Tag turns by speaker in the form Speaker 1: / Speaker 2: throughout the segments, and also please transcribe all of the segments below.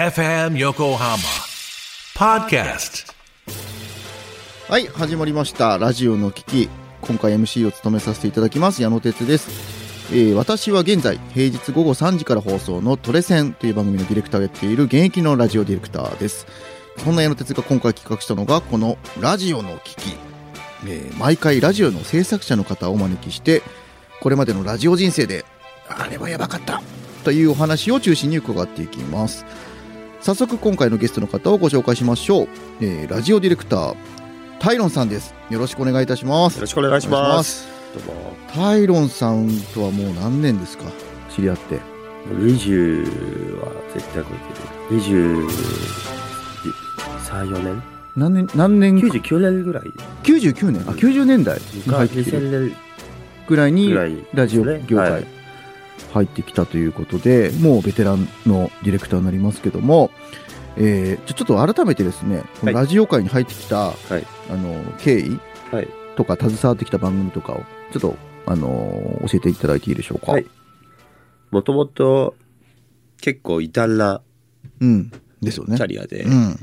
Speaker 1: FM Yokohama Podcast.
Speaker 2: はい始まりましたラジオの危機今回 MC を務めさせていただきます矢野哲です、えー私は現在平日午後3時から放送のトレセンという番組のディレクターをやっている現役のラジオディレクターですそんな矢野哲が今回企画したのがこのラジオの危機、えー毎回ラジオの制作者の方をお招きしてこれまでのラジオ人生であれはやばかったというお話を中心に伺っていきます早速今回のゲストの方をご紹介しましょう、えーラジオディレクタータイロンさんです。よろしくお願いいたします。
Speaker 3: よろしくお願いします。どうも。
Speaker 2: タイロンさんとはもう何年ですか。
Speaker 3: 知り合って。20は絶対超えてる。23、4年
Speaker 2: 何年、何年。
Speaker 3: ?99 年ぐらい
Speaker 2: 九十九年、あ、九十年代に
Speaker 3: か
Speaker 2: 入ってきてる
Speaker 3: 2000年
Speaker 2: ぐらいに
Speaker 3: ぐ。らい、
Speaker 2: ラジオ業
Speaker 3: は
Speaker 2: 界
Speaker 3: い
Speaker 2: 入ってきたということで、もうベテランのディレクターになりますけども。えー、ちょちょっと改めてですね、このラジオ界に入ってきた、
Speaker 3: い
Speaker 2: あの経緯
Speaker 3: はい。
Speaker 2: とか携わってきた番組とかをちょっとあのー教えていただいていいでしょうか。
Speaker 3: はいもともと結構異端な
Speaker 2: うん、ですよ
Speaker 3: キ
Speaker 2: ね。
Speaker 3: ャリアで、
Speaker 2: うん、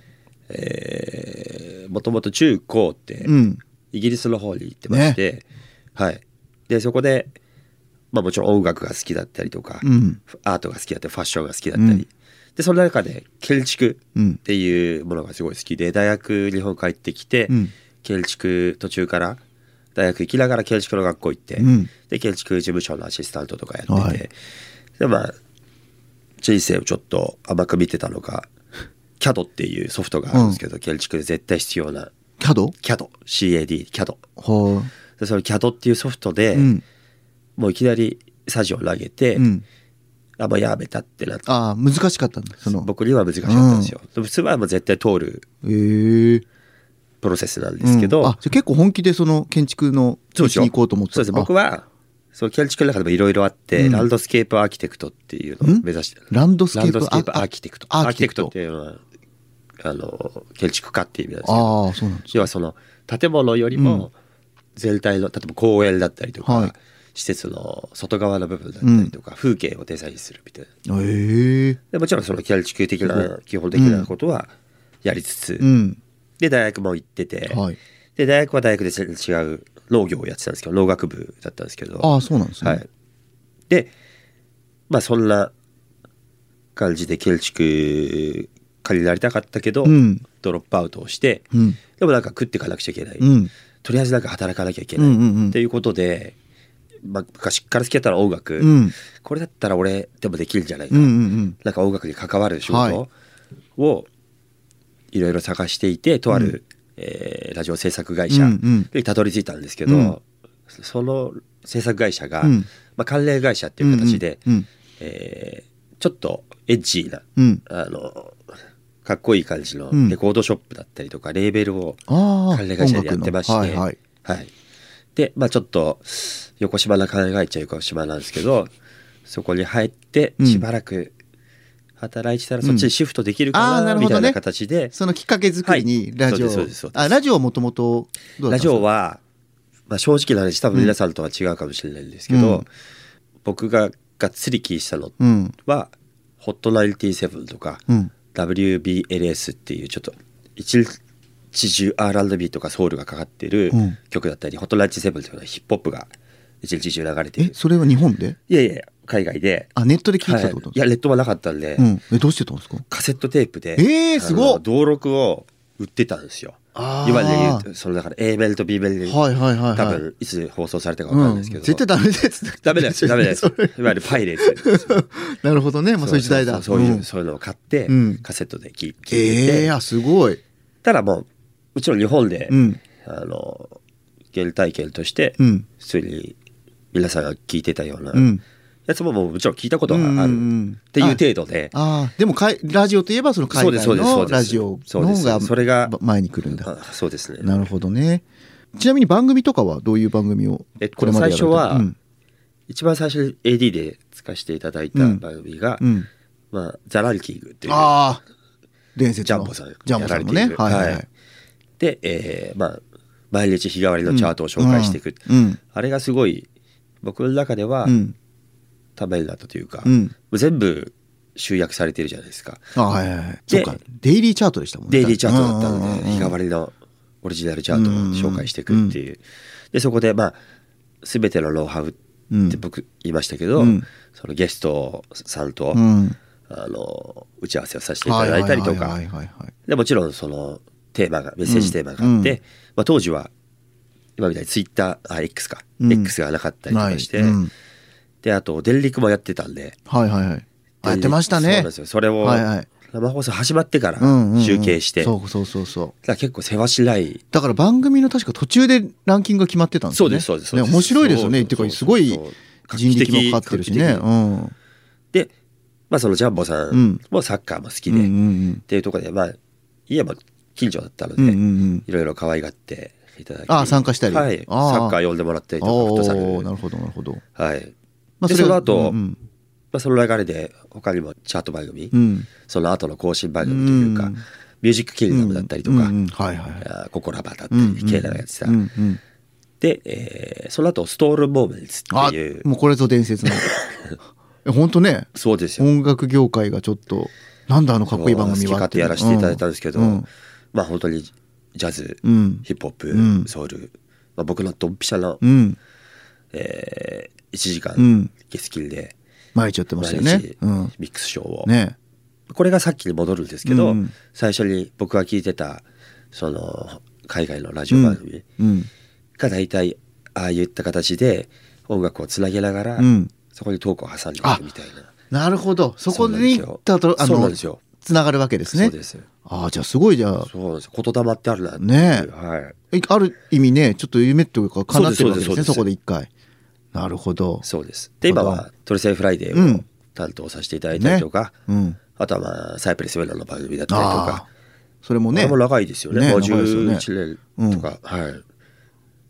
Speaker 3: えー、もともと中高って
Speaker 2: うん、
Speaker 3: イギリスの方に行ってまして、はい。で、そこで、まあもちろん音楽が好きだったりとか、
Speaker 2: うん、
Speaker 3: アートが好きだったり、ファッションが好きだったり、
Speaker 2: うん
Speaker 3: で、その中で建築、
Speaker 2: うん
Speaker 3: っ、ていうものがすごい好きで大学日本帰ってきて、
Speaker 2: うん、
Speaker 3: 建築途中から大学行きながら建築の学校行って、
Speaker 2: うん、
Speaker 3: で建築事務所のアシスタントとかやってて、
Speaker 2: はい
Speaker 3: でまあ人生をちょっと甘く見てたのが CAD っていうソフトがあるんですけど、建築で絶対必要な
Speaker 2: キャド
Speaker 3: CAD CAD CAD
Speaker 2: は
Speaker 3: でその CAD っていうソフトで、
Speaker 2: あ、うん、
Speaker 3: もういきなりサジを投げて、
Speaker 2: うん。
Speaker 3: あもうやめたってなって
Speaker 2: ああ、難しかったんだ、その。
Speaker 3: 僕には難しかったんですよ、で普通はもう絶対通る
Speaker 2: ええ
Speaker 3: プロセスなんですけど、
Speaker 2: うんあ、じゃあ結構本気でその建築の
Speaker 3: そ
Speaker 2: 道
Speaker 3: うですよ
Speaker 2: に行こうと思って
Speaker 3: そうです僕
Speaker 2: は。
Speaker 3: はその建築の中でもいろいろあって、
Speaker 2: うん
Speaker 3: ランドスケープアーキテクトっていうのを目指してる
Speaker 2: あランドスケ
Speaker 3: ラン
Speaker 2: ー
Speaker 3: ド
Speaker 2: プ
Speaker 3: スケープアーキテクト
Speaker 2: あ
Speaker 3: ア
Speaker 2: ア
Speaker 3: ー
Speaker 2: ー
Speaker 3: キ
Speaker 2: キテ
Speaker 3: テク
Speaker 2: ク
Speaker 3: ト
Speaker 2: ト
Speaker 3: っていうのはあの建築家っていう意味なんですけど
Speaker 2: ああ、そうなんです
Speaker 3: 要はその建物よりも全体の、例えば公園だったりとか、
Speaker 2: はい
Speaker 3: 施設の外側の部分だったりとか、風景をデザインするみたいな
Speaker 2: ええ
Speaker 3: でもちろんその建築的な基本的なことはやりつつ、
Speaker 2: うん。
Speaker 3: で大学も行ってて、
Speaker 2: はい。
Speaker 3: で大学は大学で全然違う農業をやってたんですけど農学部だったんですけど
Speaker 2: ああ、そうなんですね。
Speaker 3: はい。で、まあそんな感じで建築家になりたかったけど、
Speaker 2: うん
Speaker 3: ドロップアウトをして、
Speaker 2: うん。
Speaker 3: でもなんか食っていかなくちゃいけない。
Speaker 2: うん。
Speaker 3: とりあえずなんか働かなきゃいけ
Speaker 2: う
Speaker 3: ない。
Speaker 2: んうんうん
Speaker 3: っていうことで、まあ、昔から好きだったら音楽、
Speaker 2: うん。
Speaker 3: これだったら俺でもできるんじゃないか、
Speaker 2: うんうんうん。
Speaker 3: なんか音楽に関わる仕
Speaker 2: は
Speaker 3: 事をいろいろ探していて、とある、えーラジオ制作会社
Speaker 2: うんうん
Speaker 3: にたどり着いたんですけど、
Speaker 2: うん
Speaker 3: その制作会社が、
Speaker 2: うん
Speaker 3: まあ、関連会社っていう形で、
Speaker 2: うん
Speaker 3: えーちょっとエッジーな
Speaker 2: うん。
Speaker 3: あのかっこいい感じの
Speaker 2: うん
Speaker 3: レコードショップだったりとか、レーベルを
Speaker 2: ああ、
Speaker 3: 関連会社でやってまして、
Speaker 2: 音楽のはいはい。
Speaker 3: はいで、まあ、ちょっと横島な考えちゃ横島なんですけどそこに入って
Speaker 2: うん
Speaker 3: しばらく働いてたらそっちにシフトできるか
Speaker 2: あーな
Speaker 3: な,、
Speaker 2: る
Speaker 3: み
Speaker 2: ほ
Speaker 3: た
Speaker 2: ど
Speaker 3: い
Speaker 2: ね
Speaker 3: な形で、
Speaker 2: そのきっかけ作り
Speaker 3: はい
Speaker 2: にラジオを。
Speaker 3: そうですそうですそうです
Speaker 2: あ、ラジオはもともと、どうだ
Speaker 3: ラ
Speaker 2: った
Speaker 3: ジ
Speaker 2: んです
Speaker 3: オ
Speaker 2: か
Speaker 3: は、まあ、正直な話多分皆さんとは違うかもしれないんですけど、
Speaker 2: うん
Speaker 3: 僕ががっつり聞いてたの
Speaker 2: うん。
Speaker 3: は「ホット97」とか、
Speaker 2: うん。
Speaker 3: WBLS っていうちょっと一日中 R&B とかソウルがかかってる
Speaker 2: うん
Speaker 3: 曲だったり、ホットランチセブンというのはヒップホップが一日中流れてい
Speaker 2: え、
Speaker 3: る
Speaker 2: それは日本で
Speaker 3: いやいや海外で
Speaker 2: あ、ネットで聞いてたっ
Speaker 3: はい
Speaker 2: てこと
Speaker 3: いやネットはなかったんで、
Speaker 2: うん。え、どうしてたんですか
Speaker 3: カセットテープで
Speaker 2: えー
Speaker 3: あの
Speaker 2: すごっ
Speaker 3: 登録を売ってたんですよ
Speaker 2: あー
Speaker 3: 今で言うとそのだから A メルと B メルで
Speaker 2: はいはいはいはい。
Speaker 3: 多分いつ放送されたかわかんな
Speaker 2: う
Speaker 3: い
Speaker 2: ん、
Speaker 3: ですけど、
Speaker 2: 絶対ダメです。
Speaker 3: ダメだよダメだ よ
Speaker 2: それ
Speaker 3: いわゆるパイレーツですよ
Speaker 2: なるほどね。 まあそういう時代だ。
Speaker 3: そうそうそうそういう、
Speaker 2: ん
Speaker 3: そういうのを買って、
Speaker 2: うん
Speaker 3: カセットで聴いて
Speaker 2: ええあ、すごい。
Speaker 3: ただもうもちろん日本で、
Speaker 2: うん。
Speaker 3: あの原体験として、
Speaker 2: うん。
Speaker 3: 普通に皆さんが聞いてたような
Speaker 2: うん。
Speaker 3: やつももうもちろん聞いたことがあ
Speaker 2: うんうんう
Speaker 3: る
Speaker 2: ん
Speaker 3: っていう程度で、
Speaker 2: ああ、でもかい、ラジオといえばその海外
Speaker 3: そうですそう
Speaker 2: の
Speaker 3: です
Speaker 2: ラジオ
Speaker 3: そうで
Speaker 2: の
Speaker 3: す
Speaker 2: 方が
Speaker 3: それが
Speaker 2: ば前に来るんだ。
Speaker 3: あそうですね
Speaker 2: なるほどね。ちなみに番組とかはどういう番組を
Speaker 3: えっと
Speaker 2: これまでやられた
Speaker 3: 最初は
Speaker 2: うん。
Speaker 3: 一番最初に AD で使わせていただいた
Speaker 2: うん
Speaker 3: 番組が「
Speaker 2: うん、
Speaker 3: まあ、ザ・ランキング」っていう
Speaker 2: ああ、伝説
Speaker 3: ジャ
Speaker 2: の
Speaker 3: ンボさん
Speaker 2: ジャンボさんのね。
Speaker 3: やら
Speaker 2: は
Speaker 3: れ
Speaker 2: い
Speaker 3: ている
Speaker 2: はい、
Speaker 3: はいで、えーまあ、毎日日替わりのチャートを紹介していく、
Speaker 2: うん。
Speaker 3: あれがすごい僕の中では
Speaker 2: うん。
Speaker 3: ためになったというか、
Speaker 2: うん
Speaker 3: もう全部集約されてるじゃないですか。
Speaker 2: あはいはいはい。そ
Speaker 3: で
Speaker 2: うか。デイリーチャートでしたもんね。
Speaker 3: デイリーチャートだった
Speaker 2: うんうんんう
Speaker 3: で、
Speaker 2: ん
Speaker 3: 日替わりのオリジナルチャートを紹介していくっていう。で、そこで、まあ、すべてのノウハウって僕言いましたけど、
Speaker 2: うん
Speaker 3: そのゲストさんと、
Speaker 2: うん。
Speaker 3: あの、打ち合わせをさせていただいたりとか
Speaker 2: はい、はいはいはい
Speaker 3: でもちろんそのテーマがメッセージテーマがあって、
Speaker 2: うん
Speaker 3: まあ、当時は今みたいにツイッターあ X か、
Speaker 2: うん
Speaker 3: X がなかったりと
Speaker 2: はい。
Speaker 3: かして、
Speaker 2: うん
Speaker 3: であと電力もやってたんで
Speaker 2: はいはいはい。あやってました
Speaker 3: そうな
Speaker 2: ね
Speaker 3: んで。すよそれを
Speaker 2: はいはい
Speaker 3: 生放送始まってから
Speaker 2: うんうんうん
Speaker 3: 集計して、
Speaker 2: そうそうそうそう。
Speaker 3: だから結構世話しない
Speaker 2: だから番組の確か途中でランキングが決まってたんですよね。
Speaker 3: そうですそうです
Speaker 2: ね面白いですよね。
Speaker 3: そう
Speaker 2: っていうか、す
Speaker 3: そう
Speaker 2: ご
Speaker 3: そう
Speaker 2: い
Speaker 3: そう
Speaker 2: 人力もかかってるしね。
Speaker 3: 画期的
Speaker 2: うん。うん
Speaker 3: で、まあ、そのジャンボさ
Speaker 2: うん
Speaker 3: んもサッカーも好き
Speaker 2: う
Speaker 3: で、っ
Speaker 2: ん
Speaker 3: ていうところでまあ家も近所だったの
Speaker 2: う
Speaker 3: で、
Speaker 2: ん。うんうんうん。
Speaker 3: いろいろ可愛がっていただき
Speaker 2: あ参加したり
Speaker 3: はい、サ
Speaker 2: あー
Speaker 3: ッカー呼んでもらったりとかフットサル
Speaker 2: おおなるほどなるほど。
Speaker 3: はい
Speaker 2: ま
Speaker 3: で
Speaker 2: れ
Speaker 3: その後
Speaker 2: うんうん
Speaker 3: まあ、その流れで他にもチャート番組、
Speaker 2: うん。
Speaker 3: その後の更新番組というか、
Speaker 2: うん
Speaker 3: ミュージックキングダムだったりとか、
Speaker 2: うんうんはいはいはい。
Speaker 3: あーココラバだった
Speaker 2: う
Speaker 3: り、
Speaker 2: んうん
Speaker 3: ケイダがやってた、
Speaker 2: うんうん
Speaker 3: で、えーその後ストールモーメンツ
Speaker 2: あ
Speaker 3: っていう
Speaker 2: もうこれぞ伝説の。 え本当ね
Speaker 3: そうですよ
Speaker 2: 音楽業界がちょっとなんだあのかっこいい番組
Speaker 3: 好き
Speaker 2: はっ
Speaker 3: 勝手やらせていただいたんですけど、
Speaker 2: うん
Speaker 3: まあ本当にジャズ、
Speaker 2: うん
Speaker 3: ヒップホップ、
Speaker 2: うん
Speaker 3: ソウル、まあ、僕のドンピシャの、
Speaker 2: うん
Speaker 3: え1時間、
Speaker 2: うん
Speaker 3: 月金で
Speaker 2: 毎日やってました
Speaker 3: 毎
Speaker 2: よ
Speaker 3: 日
Speaker 2: ね。うん
Speaker 3: ミックスショーを、
Speaker 2: ね
Speaker 3: これがさっきに戻るんですけ
Speaker 2: う
Speaker 3: ど、
Speaker 2: ん
Speaker 3: 最初に僕が聞いてたその海外のラジオ番組、
Speaker 2: うん
Speaker 3: が大体ああいった形で音楽をつなげながら、
Speaker 2: うん
Speaker 3: そこにトークを挟んでいくみたいな
Speaker 2: なるほどそこに行ったとあ
Speaker 3: そうな
Speaker 2: の
Speaker 3: んですよ
Speaker 2: つながるわけです
Speaker 3: そう
Speaker 2: ね。
Speaker 3: ですよ
Speaker 2: ああじゃあすごいじゃあ
Speaker 3: そうなんですよ言霊ってあるなっていう
Speaker 2: ねえ
Speaker 3: はい
Speaker 2: えある意味ねちょっと夢というか叶ってるわけですね
Speaker 3: そうですそうです
Speaker 2: そこで一回。なるほど。
Speaker 3: そうですで今は「トリセイフライデ
Speaker 2: う
Speaker 3: ー」を
Speaker 2: ん
Speaker 3: 担当させていただいたりとか、
Speaker 2: うん。
Speaker 3: あとはまあサイプレスウェルの番組だったりと
Speaker 2: ああ
Speaker 3: か
Speaker 2: それも
Speaker 3: これ
Speaker 2: ね
Speaker 3: も長いですよね
Speaker 2: ね
Speaker 3: もう
Speaker 2: 長いですよね
Speaker 3: 11年とか、はい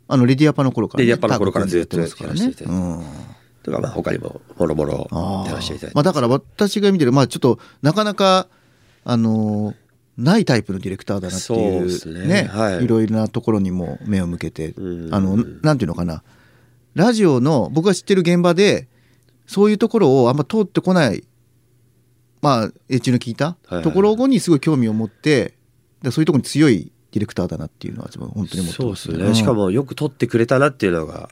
Speaker 2: あのレディアパの頃から、ね、
Speaker 3: レディアパの頃から
Speaker 2: タッグ組んでやってますからね。うん
Speaker 3: とかまあ他にももろもろ
Speaker 2: あ
Speaker 3: やらせていただ
Speaker 2: ー
Speaker 3: いて
Speaker 2: まあだから私が見てるまあちょっとなかなかあのーないタイプのディレクターだなって
Speaker 3: そう
Speaker 2: い
Speaker 3: で
Speaker 2: う
Speaker 3: す
Speaker 2: ね
Speaker 3: ねはい
Speaker 2: いろいろなところにも目を向けて
Speaker 3: うん
Speaker 2: あのなんていうのかなラジオの僕が知ってる現場でそういうところをあんま通ってこないまあエッジの聞いた
Speaker 3: いはい
Speaker 2: ところにすごい興味を持ってだからそういうところに強いディレクターだなっていうのは本当に思って
Speaker 3: そう
Speaker 2: ま
Speaker 3: ですすね、しかもよく撮ってくれたなっていうのが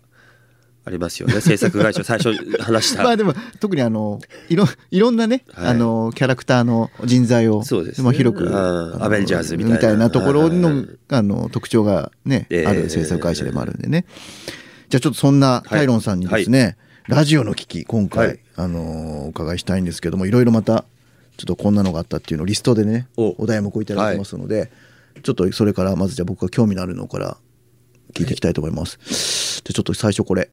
Speaker 3: あります よね制作会社最初話した
Speaker 2: まあでも特にあのいろいろんなね、
Speaker 3: はい
Speaker 2: あのキャラクターの人材を
Speaker 3: そうですね
Speaker 2: まあ、広く、
Speaker 3: うん
Speaker 2: あの
Speaker 3: アベンジャーズみたいな
Speaker 2: ところの,、
Speaker 3: はいはいはい
Speaker 2: あの特徴がね、
Speaker 3: ええ
Speaker 2: ある制作会社でもあるんでね、じゃあちょっとそんなタイロンさんにですね、ラジオの機器今回、
Speaker 3: はい
Speaker 2: あのお伺いしたいんですけどもいろいろまたちょっとこんなのがあったっていうのをリストでね
Speaker 3: お
Speaker 2: お題もこういただきますので、ちょっとそれからまずじゃあ僕が興味のあるのから聞いていきたいと思います、じゃあちょっと最初これ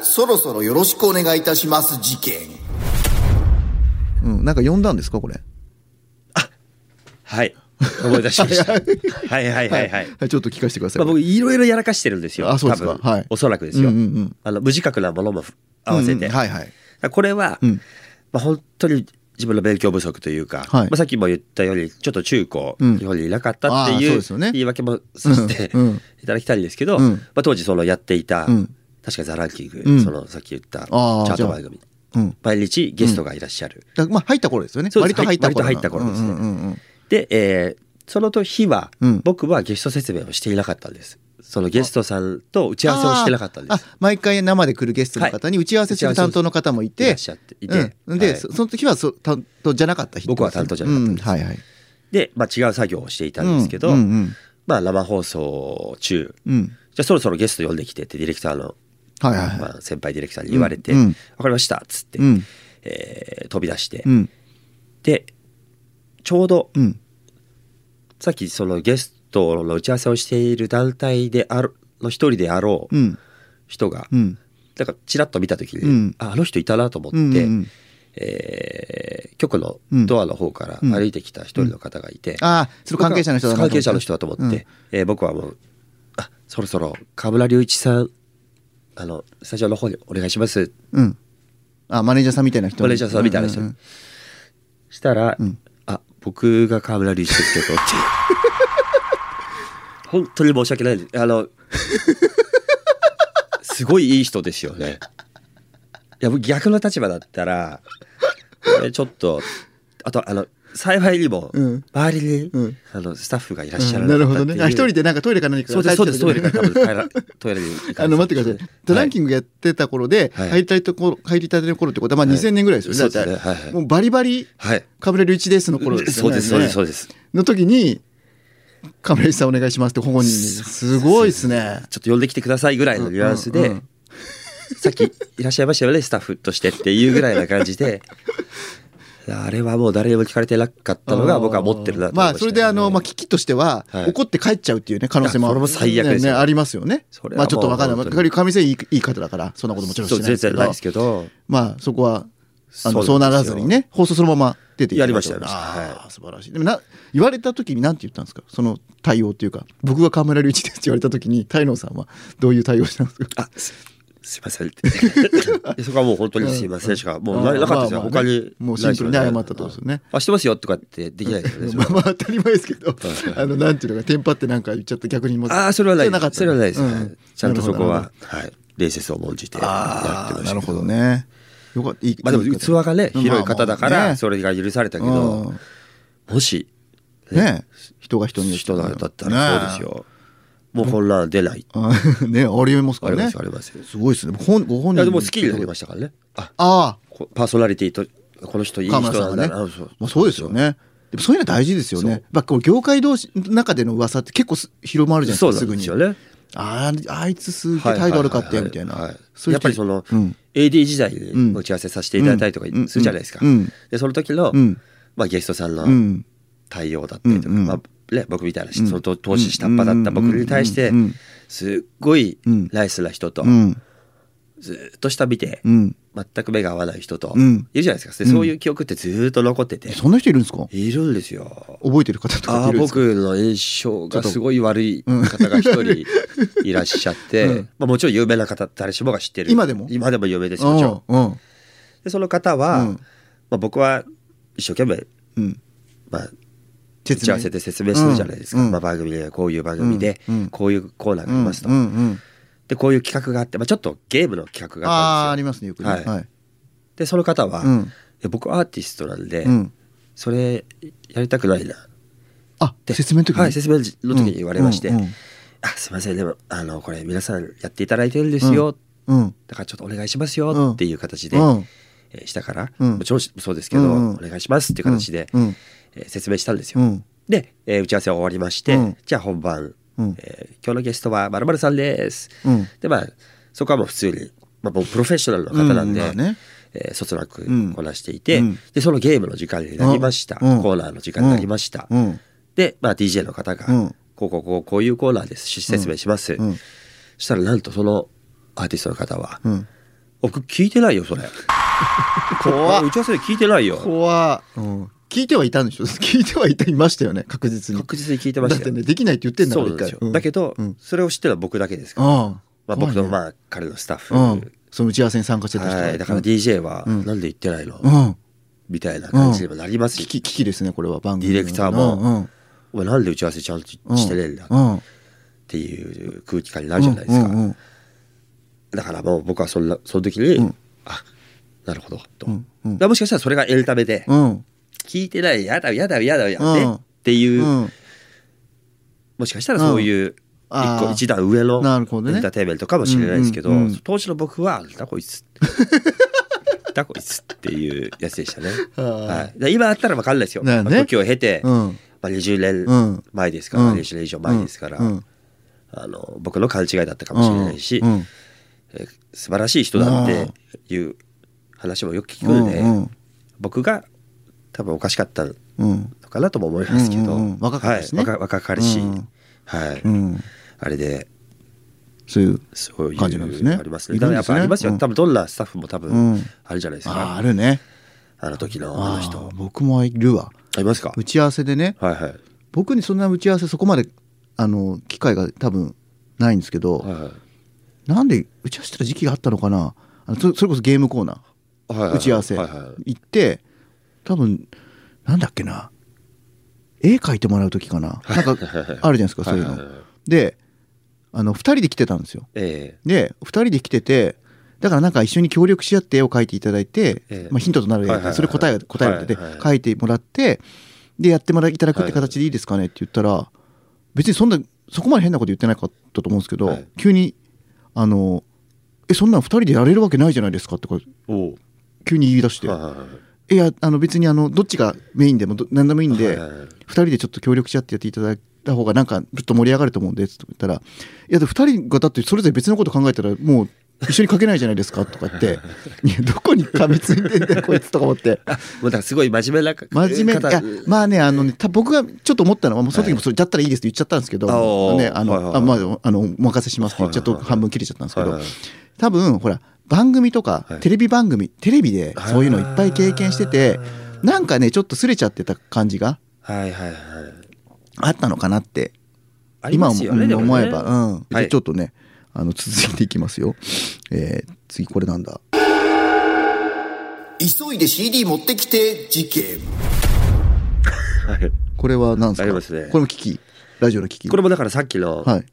Speaker 4: そろそろよろしくお願いいたします事件
Speaker 2: うん、なんか呼んだんですかこれ
Speaker 3: はい思い出しましたはいはいはいはい、
Speaker 2: ちょっと聞かせてくださ
Speaker 3: ま
Speaker 2: い、
Speaker 3: あ、僕いろいろやらかしてるんですよ
Speaker 2: あそうですか
Speaker 3: 多分
Speaker 2: はい
Speaker 3: おそらくですよ、
Speaker 2: うんうんうん
Speaker 3: あの無自覚なものも合わせて、
Speaker 2: うんうんはいはい
Speaker 3: これは、
Speaker 2: うん
Speaker 3: まあ、本当に自分の勉強不足というか、
Speaker 2: はい
Speaker 3: まあ、さっきも言ったようにちょっと中高、
Speaker 2: うん
Speaker 3: 日本にいなかったって
Speaker 2: あーそう
Speaker 3: い
Speaker 2: で
Speaker 3: う
Speaker 2: すよね
Speaker 3: 言い訳もさせて、
Speaker 2: うんうん
Speaker 3: いただきたいんですけど、
Speaker 2: うん
Speaker 3: まあ、当時そのやっていた、
Speaker 2: うん
Speaker 3: 確かザランキング、
Speaker 2: うん
Speaker 3: そのさっき言ったチ
Speaker 2: あー
Speaker 3: ャート番組
Speaker 2: うん
Speaker 3: 毎日ゲストがいらっしゃる、
Speaker 2: だまあ入った頃ですよね
Speaker 3: そう
Speaker 2: 割
Speaker 3: です
Speaker 2: と入った頃
Speaker 3: 割と入った頃ですね
Speaker 2: うんうんうん
Speaker 3: で、えーその時は、
Speaker 2: うん
Speaker 3: 僕はゲスト説明をしていなかったんですそのゲストさんと打ち合わせをしてなかったんです
Speaker 2: ああ毎回生で来るゲストの方に
Speaker 3: はい
Speaker 2: 打ち合わせする担当の方もいて
Speaker 3: いらっしゃっていて
Speaker 2: うんで、
Speaker 3: はい
Speaker 2: そその時はそ担当じゃなかった人
Speaker 3: 僕は担当じゃなかったんです
Speaker 2: うんはいはい
Speaker 3: で、まあ、違う作業をしていたんですけど、
Speaker 2: うんうん
Speaker 3: まあ、生放送中
Speaker 2: うんうん
Speaker 3: じゃあそろそろゲスト呼んできてってディレクターの、
Speaker 2: はいはいはい
Speaker 3: まあ、先輩ディレクターに言われて「
Speaker 2: うんうん
Speaker 3: わかりました」っつって、
Speaker 2: うん
Speaker 3: えー飛び出して、
Speaker 2: うん
Speaker 3: でちょうど
Speaker 2: うん
Speaker 3: さっきそのゲストの打ち合わせをしている団体であるの一人であろ
Speaker 2: う
Speaker 3: う
Speaker 2: ん
Speaker 3: 人が、
Speaker 2: うん
Speaker 3: なんかちらっと見た時に、
Speaker 2: うん
Speaker 3: ああの人いたなと思って、
Speaker 2: うんうん
Speaker 3: えー局の
Speaker 2: うん
Speaker 3: ドアの方から歩いてきた一人の方がいて、
Speaker 2: ああその関係者の人だなと思っ
Speaker 3: 関
Speaker 2: て
Speaker 3: 係者の人だと思って、えー僕はもうあそろそろ河村隆一さんあのスタジオの方にお願いします
Speaker 2: うんあマネージャーさんみたいな人
Speaker 3: マネージャーさんみたいな人、
Speaker 2: ううん
Speaker 3: したら、あ僕が河村隆一ですけどって 本当に申し訳ないですあのすごいいい人ですよねいや僕逆の立場だったらこれちょっと、あと、あの、幸いにも、
Speaker 2: うん
Speaker 3: 周りに、
Speaker 2: うん
Speaker 3: あの、スタッフがいらっしゃ
Speaker 2: う
Speaker 3: ら
Speaker 2: ん
Speaker 3: な
Speaker 2: な
Speaker 3: か
Speaker 2: る
Speaker 3: っ
Speaker 2: ほど
Speaker 3: たってい
Speaker 2: ね。あ、一人でなんかトイレか何か
Speaker 3: そうです、そうです、トイレ
Speaker 2: か
Speaker 3: からら多分帰ら、トイレに行かれた
Speaker 2: あの、待ってください。トランキングやってた頃で、
Speaker 3: はい
Speaker 2: 入りたいところ、入りたての頃ってことは、まあ
Speaker 3: はい
Speaker 2: 2000年ぐらいですよね。
Speaker 3: そうですね
Speaker 2: だって
Speaker 3: はいはい
Speaker 2: もうバリバリ、
Speaker 3: はい。
Speaker 2: カブレル1ですの頃ですよ
Speaker 3: そう
Speaker 2: ね。
Speaker 3: です、そうです、そう
Speaker 2: ね
Speaker 3: です。
Speaker 2: の時に、カブレル1さんお願いしますってご本人に。すごいですね。
Speaker 3: ちょっと呼んできてくださいぐらいのニュアンス
Speaker 2: うん
Speaker 3: で、
Speaker 2: うんうん
Speaker 3: さっきいらっしゃいましたよね、スタッフとしてっていうぐらいな感 じで、あれはもう誰にも聞かれてなかったのが僕は持ってるなと思い
Speaker 2: ま
Speaker 3: ましたね、
Speaker 2: あ、それであの、まあ、危機としては、
Speaker 3: はい
Speaker 2: 怒って帰っちゃうっていうね、可能性も
Speaker 3: あそれも最悪です
Speaker 2: ね
Speaker 3: よ
Speaker 2: ねありますよね
Speaker 3: そ。れ
Speaker 2: ま
Speaker 3: はもう
Speaker 2: あ、ちょっとわかんない。
Speaker 3: 本当に
Speaker 2: 仮に神仙いいいい方だから、そんなこともちろんし
Speaker 3: そう
Speaker 2: てないで
Speaker 3: 全
Speaker 2: すけ
Speaker 3: 然ない
Speaker 2: ど
Speaker 3: で。すけど、
Speaker 2: まあ、そこは、あの、そ
Speaker 3: そうう
Speaker 2: な
Speaker 3: なんですよ
Speaker 2: らずにね、放送そのまま出ていただい
Speaker 3: やりましたやりました
Speaker 2: あ
Speaker 3: は
Speaker 2: あ、素晴らしい。でもな、言われた時に何て言ったんですかその対応っていうか、僕が河村隆一ですって言われた時に、太郎さんはどういう対応したんですか
Speaker 3: あすすいませんって。 でそこはもう本当にすいませんしか、もうななかったですよ、
Speaker 2: まあま
Speaker 3: 他
Speaker 2: あね
Speaker 3: に。
Speaker 2: もうシンプルに謝ったってことですよね
Speaker 3: あ、してますよとかってできないですよね。 それ
Speaker 2: ま
Speaker 3: は
Speaker 2: あまあ当たり前ですけど、あの、なんていうのか、テンパってなんか言っちゃって逆にもう
Speaker 3: ああ、それはない
Speaker 2: かった
Speaker 3: それはないです、
Speaker 2: う
Speaker 3: ねちゃんとそ
Speaker 2: なる
Speaker 3: こ。
Speaker 2: ほどなるほど
Speaker 3: は、はい、礼節を重んじてやって
Speaker 2: ああ
Speaker 3: まし
Speaker 2: な
Speaker 3: た
Speaker 2: る
Speaker 3: け
Speaker 2: ほ
Speaker 3: ど。
Speaker 2: どね。よかった。いい
Speaker 3: まあでも器がね、
Speaker 2: うん
Speaker 3: 広い方だ
Speaker 2: ま
Speaker 3: か
Speaker 2: あまあ
Speaker 3: ら、
Speaker 2: ね
Speaker 3: それが許されたけど、もし、
Speaker 2: ね人が人によって
Speaker 3: 人だったらそうです。よ。もう混乱出ない。
Speaker 2: あーねありえますから
Speaker 3: あり
Speaker 2: ね。
Speaker 3: ますあります
Speaker 2: すごいですね。本ご本
Speaker 3: い
Speaker 2: 人
Speaker 3: やでも好きになりましたからね。あ、
Speaker 2: あ
Speaker 3: こパーソナリティと、この人い
Speaker 2: あ、
Speaker 3: い人
Speaker 2: 河村さ
Speaker 3: なんん
Speaker 2: が
Speaker 3: だ
Speaker 2: ね。
Speaker 3: な。
Speaker 2: まあそうですよ。ね。でもそういうの大事ですよ
Speaker 3: そ
Speaker 2: ね
Speaker 3: う。
Speaker 2: まあこう業界同士の中での噂って結構す広まるじゃない
Speaker 3: そ
Speaker 2: で
Speaker 3: う
Speaker 2: すか。す
Speaker 3: なん
Speaker 2: ぐ
Speaker 3: で
Speaker 2: に
Speaker 3: す。よね。
Speaker 2: あーあいつすげえ態度悪かったよみたい
Speaker 3: ははは
Speaker 2: な
Speaker 3: は。
Speaker 2: そうい
Speaker 3: や
Speaker 2: う
Speaker 3: っ
Speaker 2: 人
Speaker 3: ぱりその、
Speaker 2: うん
Speaker 3: AD 時代
Speaker 2: うん
Speaker 3: に打ち合わせさせていただいたりとか
Speaker 2: うん
Speaker 3: するじゃないですか。
Speaker 2: うん
Speaker 3: でその時の、
Speaker 2: うん
Speaker 3: まあ、ゲストさんの
Speaker 2: うん
Speaker 3: 対応だったりとか、
Speaker 2: うんうん
Speaker 3: まあね、僕みたいな、その当当時下っ端だった僕に対して、
Speaker 2: うんうんうん
Speaker 3: すっごい
Speaker 2: うん
Speaker 3: ナイスな人と、
Speaker 2: うん
Speaker 3: ずっと下見て、
Speaker 2: うん。
Speaker 3: 全く目が合わない人と、
Speaker 2: うん
Speaker 3: いるじゃないですか。でそういう記憶ってずーっと残ってて、
Speaker 2: えそんな人いるんですか。
Speaker 3: いるんですよ。
Speaker 2: 覚えてる方とか
Speaker 3: あ
Speaker 2: い
Speaker 3: あ
Speaker 2: るんですか。
Speaker 3: 僕の印象がすごい悪い方が一人いらっしゃって、
Speaker 2: うん
Speaker 3: まあ、もちろん有名な方誰しもが知ってる
Speaker 2: 今でも
Speaker 3: 今でも有名ですよもちろん
Speaker 2: うんうん
Speaker 3: でその方は、
Speaker 2: うん
Speaker 3: まあ、僕は一生懸命、
Speaker 2: うん。
Speaker 3: まあ、打
Speaker 2: 打
Speaker 3: ち合わせで説明するじゃないですか、
Speaker 2: うん
Speaker 3: まあ、番組でこういう番組で、
Speaker 2: うんうん
Speaker 3: こういうコーナーがありますと、
Speaker 2: うんうんうん、
Speaker 3: でこういう企画があって、まあ、ちょっとゲームの企画
Speaker 2: ああー
Speaker 3: があった
Speaker 2: あ
Speaker 3: んです
Speaker 2: り
Speaker 3: よ
Speaker 2: ますねよくねは、
Speaker 3: はいいでその方は、
Speaker 2: うん
Speaker 3: いや僕はアーティストなんで、
Speaker 2: うん、
Speaker 3: それやりたくないな
Speaker 2: あ
Speaker 3: で
Speaker 2: 説明の時に、
Speaker 3: はい、説明の時に言われまして、
Speaker 2: うんうんうん
Speaker 3: あすいませんでもあのこれ皆さんやっていただいてるんですよ、
Speaker 2: うん
Speaker 3: だからちょっとお願いしますよっていう形で、
Speaker 2: うん
Speaker 3: えー下から、
Speaker 2: うん
Speaker 3: もちろんそうですけど、
Speaker 2: うんうん
Speaker 3: お願いしますっていう形で、
Speaker 2: うん
Speaker 3: えー説明したんです
Speaker 2: う
Speaker 3: よ、
Speaker 2: ん
Speaker 3: で、えー打ち合わせは終わりまして、
Speaker 2: うん
Speaker 3: じゃあ本番、
Speaker 2: うん
Speaker 3: えー今日のゲストはまるさんです、
Speaker 2: うん
Speaker 3: でまあそこはもう普通に、まあ、もうプロフェッショナルの方なんで、
Speaker 2: うんまあね
Speaker 3: えーそつなく
Speaker 2: うん
Speaker 3: こなしていて、
Speaker 2: うん
Speaker 3: でそのゲームの時間になりました、
Speaker 2: うん
Speaker 3: コーナーの時間になりました、
Speaker 2: うん
Speaker 3: で、まあ、DJ の方が、
Speaker 2: うん
Speaker 3: こうこうこうこういうコーナーですし説明します、
Speaker 2: うん
Speaker 3: そしたらなんとそのアーティストの方は「
Speaker 2: うん
Speaker 3: 僕聞いてないよそれ」
Speaker 2: 怖っ
Speaker 3: 打ち合わせで聞いてないよ
Speaker 2: 怖っうん聞いてはいたんでしょ 聞いてはいたいましたよね確実に
Speaker 3: 確実に聞いてましたよ
Speaker 2: だってねできないって言ってんだ
Speaker 3: そ
Speaker 2: か
Speaker 3: う
Speaker 2: ら
Speaker 3: なんですよ、
Speaker 2: 一回うん
Speaker 3: だけど、
Speaker 2: うん
Speaker 3: それを知ってるのは僕だけですから、
Speaker 2: ああ
Speaker 3: まあ、僕
Speaker 2: 怖い
Speaker 3: の
Speaker 2: ね
Speaker 3: まあ彼のスタッフ、
Speaker 2: うんその打ち合わせに参加してた人
Speaker 3: はい、だから DJ は、
Speaker 2: うん
Speaker 3: なんで言ってないの、
Speaker 2: うん
Speaker 3: みたいな感じにもなります
Speaker 2: 危
Speaker 3: し、
Speaker 2: 機危機ですねこれは番組
Speaker 3: ディレクターも
Speaker 2: うんうん
Speaker 3: お前なんで打ち合わせちゃんと
Speaker 2: うん
Speaker 3: してねえんだっ
Speaker 2: うん
Speaker 3: ていう空気感になるじゃないですか、
Speaker 2: うんうん
Speaker 3: だからもう僕はそんなその時に、
Speaker 2: うん
Speaker 3: あなるほどと、
Speaker 2: うんうん
Speaker 3: だからもしかしたらそれがエンタメで、
Speaker 2: うんうん
Speaker 3: 聞いてないやだやだやだや
Speaker 2: う
Speaker 3: だ
Speaker 2: ん
Speaker 3: ねっていう、
Speaker 2: うん
Speaker 3: もしかしたらそういう
Speaker 2: あ
Speaker 3: 一
Speaker 2: ー
Speaker 3: 個一段上の
Speaker 2: なるほどね
Speaker 3: エンターテインメントかもしれないですけど、
Speaker 2: うんうんうん
Speaker 3: 当時の僕は「なんだこいつ」 なんだこいつっていうやつでしたね。
Speaker 2: は
Speaker 3: はい、で今あったら分かんないですよ。
Speaker 2: だよね
Speaker 3: まあ時を経て、
Speaker 2: うん
Speaker 3: まあ、20
Speaker 2: うん
Speaker 3: 年前ですから、
Speaker 2: うん
Speaker 3: 20年以上前ですから、
Speaker 2: うん
Speaker 3: あの僕の勘違いだったかもしれないし、
Speaker 2: うんうん
Speaker 3: え素晴らしい人だっていう話もよく聞くので、
Speaker 2: うんうん
Speaker 3: 僕が多分おかしかったの
Speaker 2: うん
Speaker 3: かなとも思いますけど、
Speaker 2: うんうんうん若かったですね
Speaker 3: はい、若若かりし、
Speaker 2: うんうん
Speaker 3: はい、
Speaker 2: うん
Speaker 3: あれで
Speaker 2: そういう
Speaker 3: そういう
Speaker 2: 感じなんですね
Speaker 3: ありますね
Speaker 2: いるん
Speaker 3: や
Speaker 2: で
Speaker 3: っ
Speaker 2: す
Speaker 3: ぱ
Speaker 2: ね
Speaker 3: ありますよ、
Speaker 2: うん
Speaker 3: 多分どんなスタッフも多
Speaker 2: う
Speaker 3: 分
Speaker 2: ん
Speaker 3: あるじゃないです
Speaker 2: あー
Speaker 3: か、
Speaker 2: あるね
Speaker 3: あの時のあ
Speaker 2: あ
Speaker 3: の
Speaker 2: ー
Speaker 3: 人
Speaker 2: 僕もいるわ
Speaker 3: ありますか
Speaker 2: 打ち合わせでね
Speaker 3: はいはい
Speaker 2: 僕にそんな打ち合わせそこまであの機会が多分ないんですけど、
Speaker 3: はいはい
Speaker 2: なんで打ち合わせしてた時期があったのかなあのそそれこそゲームコーナー、
Speaker 3: はいはいはい
Speaker 2: 打ち合わせ、
Speaker 3: はいはい
Speaker 2: 行って多分なんだっけな絵描いてもらう時かななんかあるじゃないですかそういうの、
Speaker 3: はいはいはい
Speaker 2: であの2人で来てたんですよ
Speaker 3: え
Speaker 2: で2人で来ててだからなんか一緒に協力し合って絵を描いていただいて、
Speaker 3: ええ
Speaker 2: まあ、ヒントとなる絵
Speaker 3: はいはいはい
Speaker 2: それ答えが答えが出て、
Speaker 3: はいはい
Speaker 2: 描いてもらってでやってもらいただくって形でいいですかねって言ったら、別にそんなそこまで変なこと言ってなかったと思うんですけど、
Speaker 3: はい
Speaker 2: 急にあの「えそんなん2人でやれるわけないじゃないですか」とか
Speaker 3: お
Speaker 2: 急に言い出して「
Speaker 3: はいはいはい
Speaker 2: いやあの別にあのどっちがメインでもど何でもいいんで、
Speaker 3: はいはいはい
Speaker 2: 2人でちょっと協力し合ってやっていただいた方がなんかちょっと盛り上がると思うんですと言ったら「いやで2人がだってそれぞれ別のこと考えたらもう一緒に書けないじゃないですか」とか言って「いやどこに噛みついてんだよこいつ」とか思って。
Speaker 3: あもうだからすごい真面目な方
Speaker 2: 真面目いやまあねあのねた僕がちょっと思ったのはもうその時もそれだったらいいですって言っちゃったんですけど、
Speaker 3: あー
Speaker 2: ねあの、
Speaker 3: はいはいはい
Speaker 2: あまああのお任せしますって言っちゃっ
Speaker 3: は
Speaker 2: と
Speaker 3: いはいはい
Speaker 2: 半分切れちゃったんですけど、
Speaker 3: はいはい
Speaker 2: 多分ほら番組とか、
Speaker 3: はい
Speaker 2: テレビ番組テレビでそういうのいっぱい経験しててなんかねちょっとすれちゃってた感じが
Speaker 3: はいはいはい
Speaker 2: あったのかなって
Speaker 3: あり
Speaker 2: 今
Speaker 3: ま
Speaker 2: 思
Speaker 3: すよねでもね
Speaker 2: 思えば、うん、
Speaker 3: はい
Speaker 2: でちょっとねあの続いていきますよ、えー次これなんだ
Speaker 4: 急いで CD 持ってきて事件
Speaker 3: はい
Speaker 2: これは何ですか
Speaker 3: ありますね
Speaker 2: これも危機ラジオの危機
Speaker 3: これもだからさっきの
Speaker 2: はい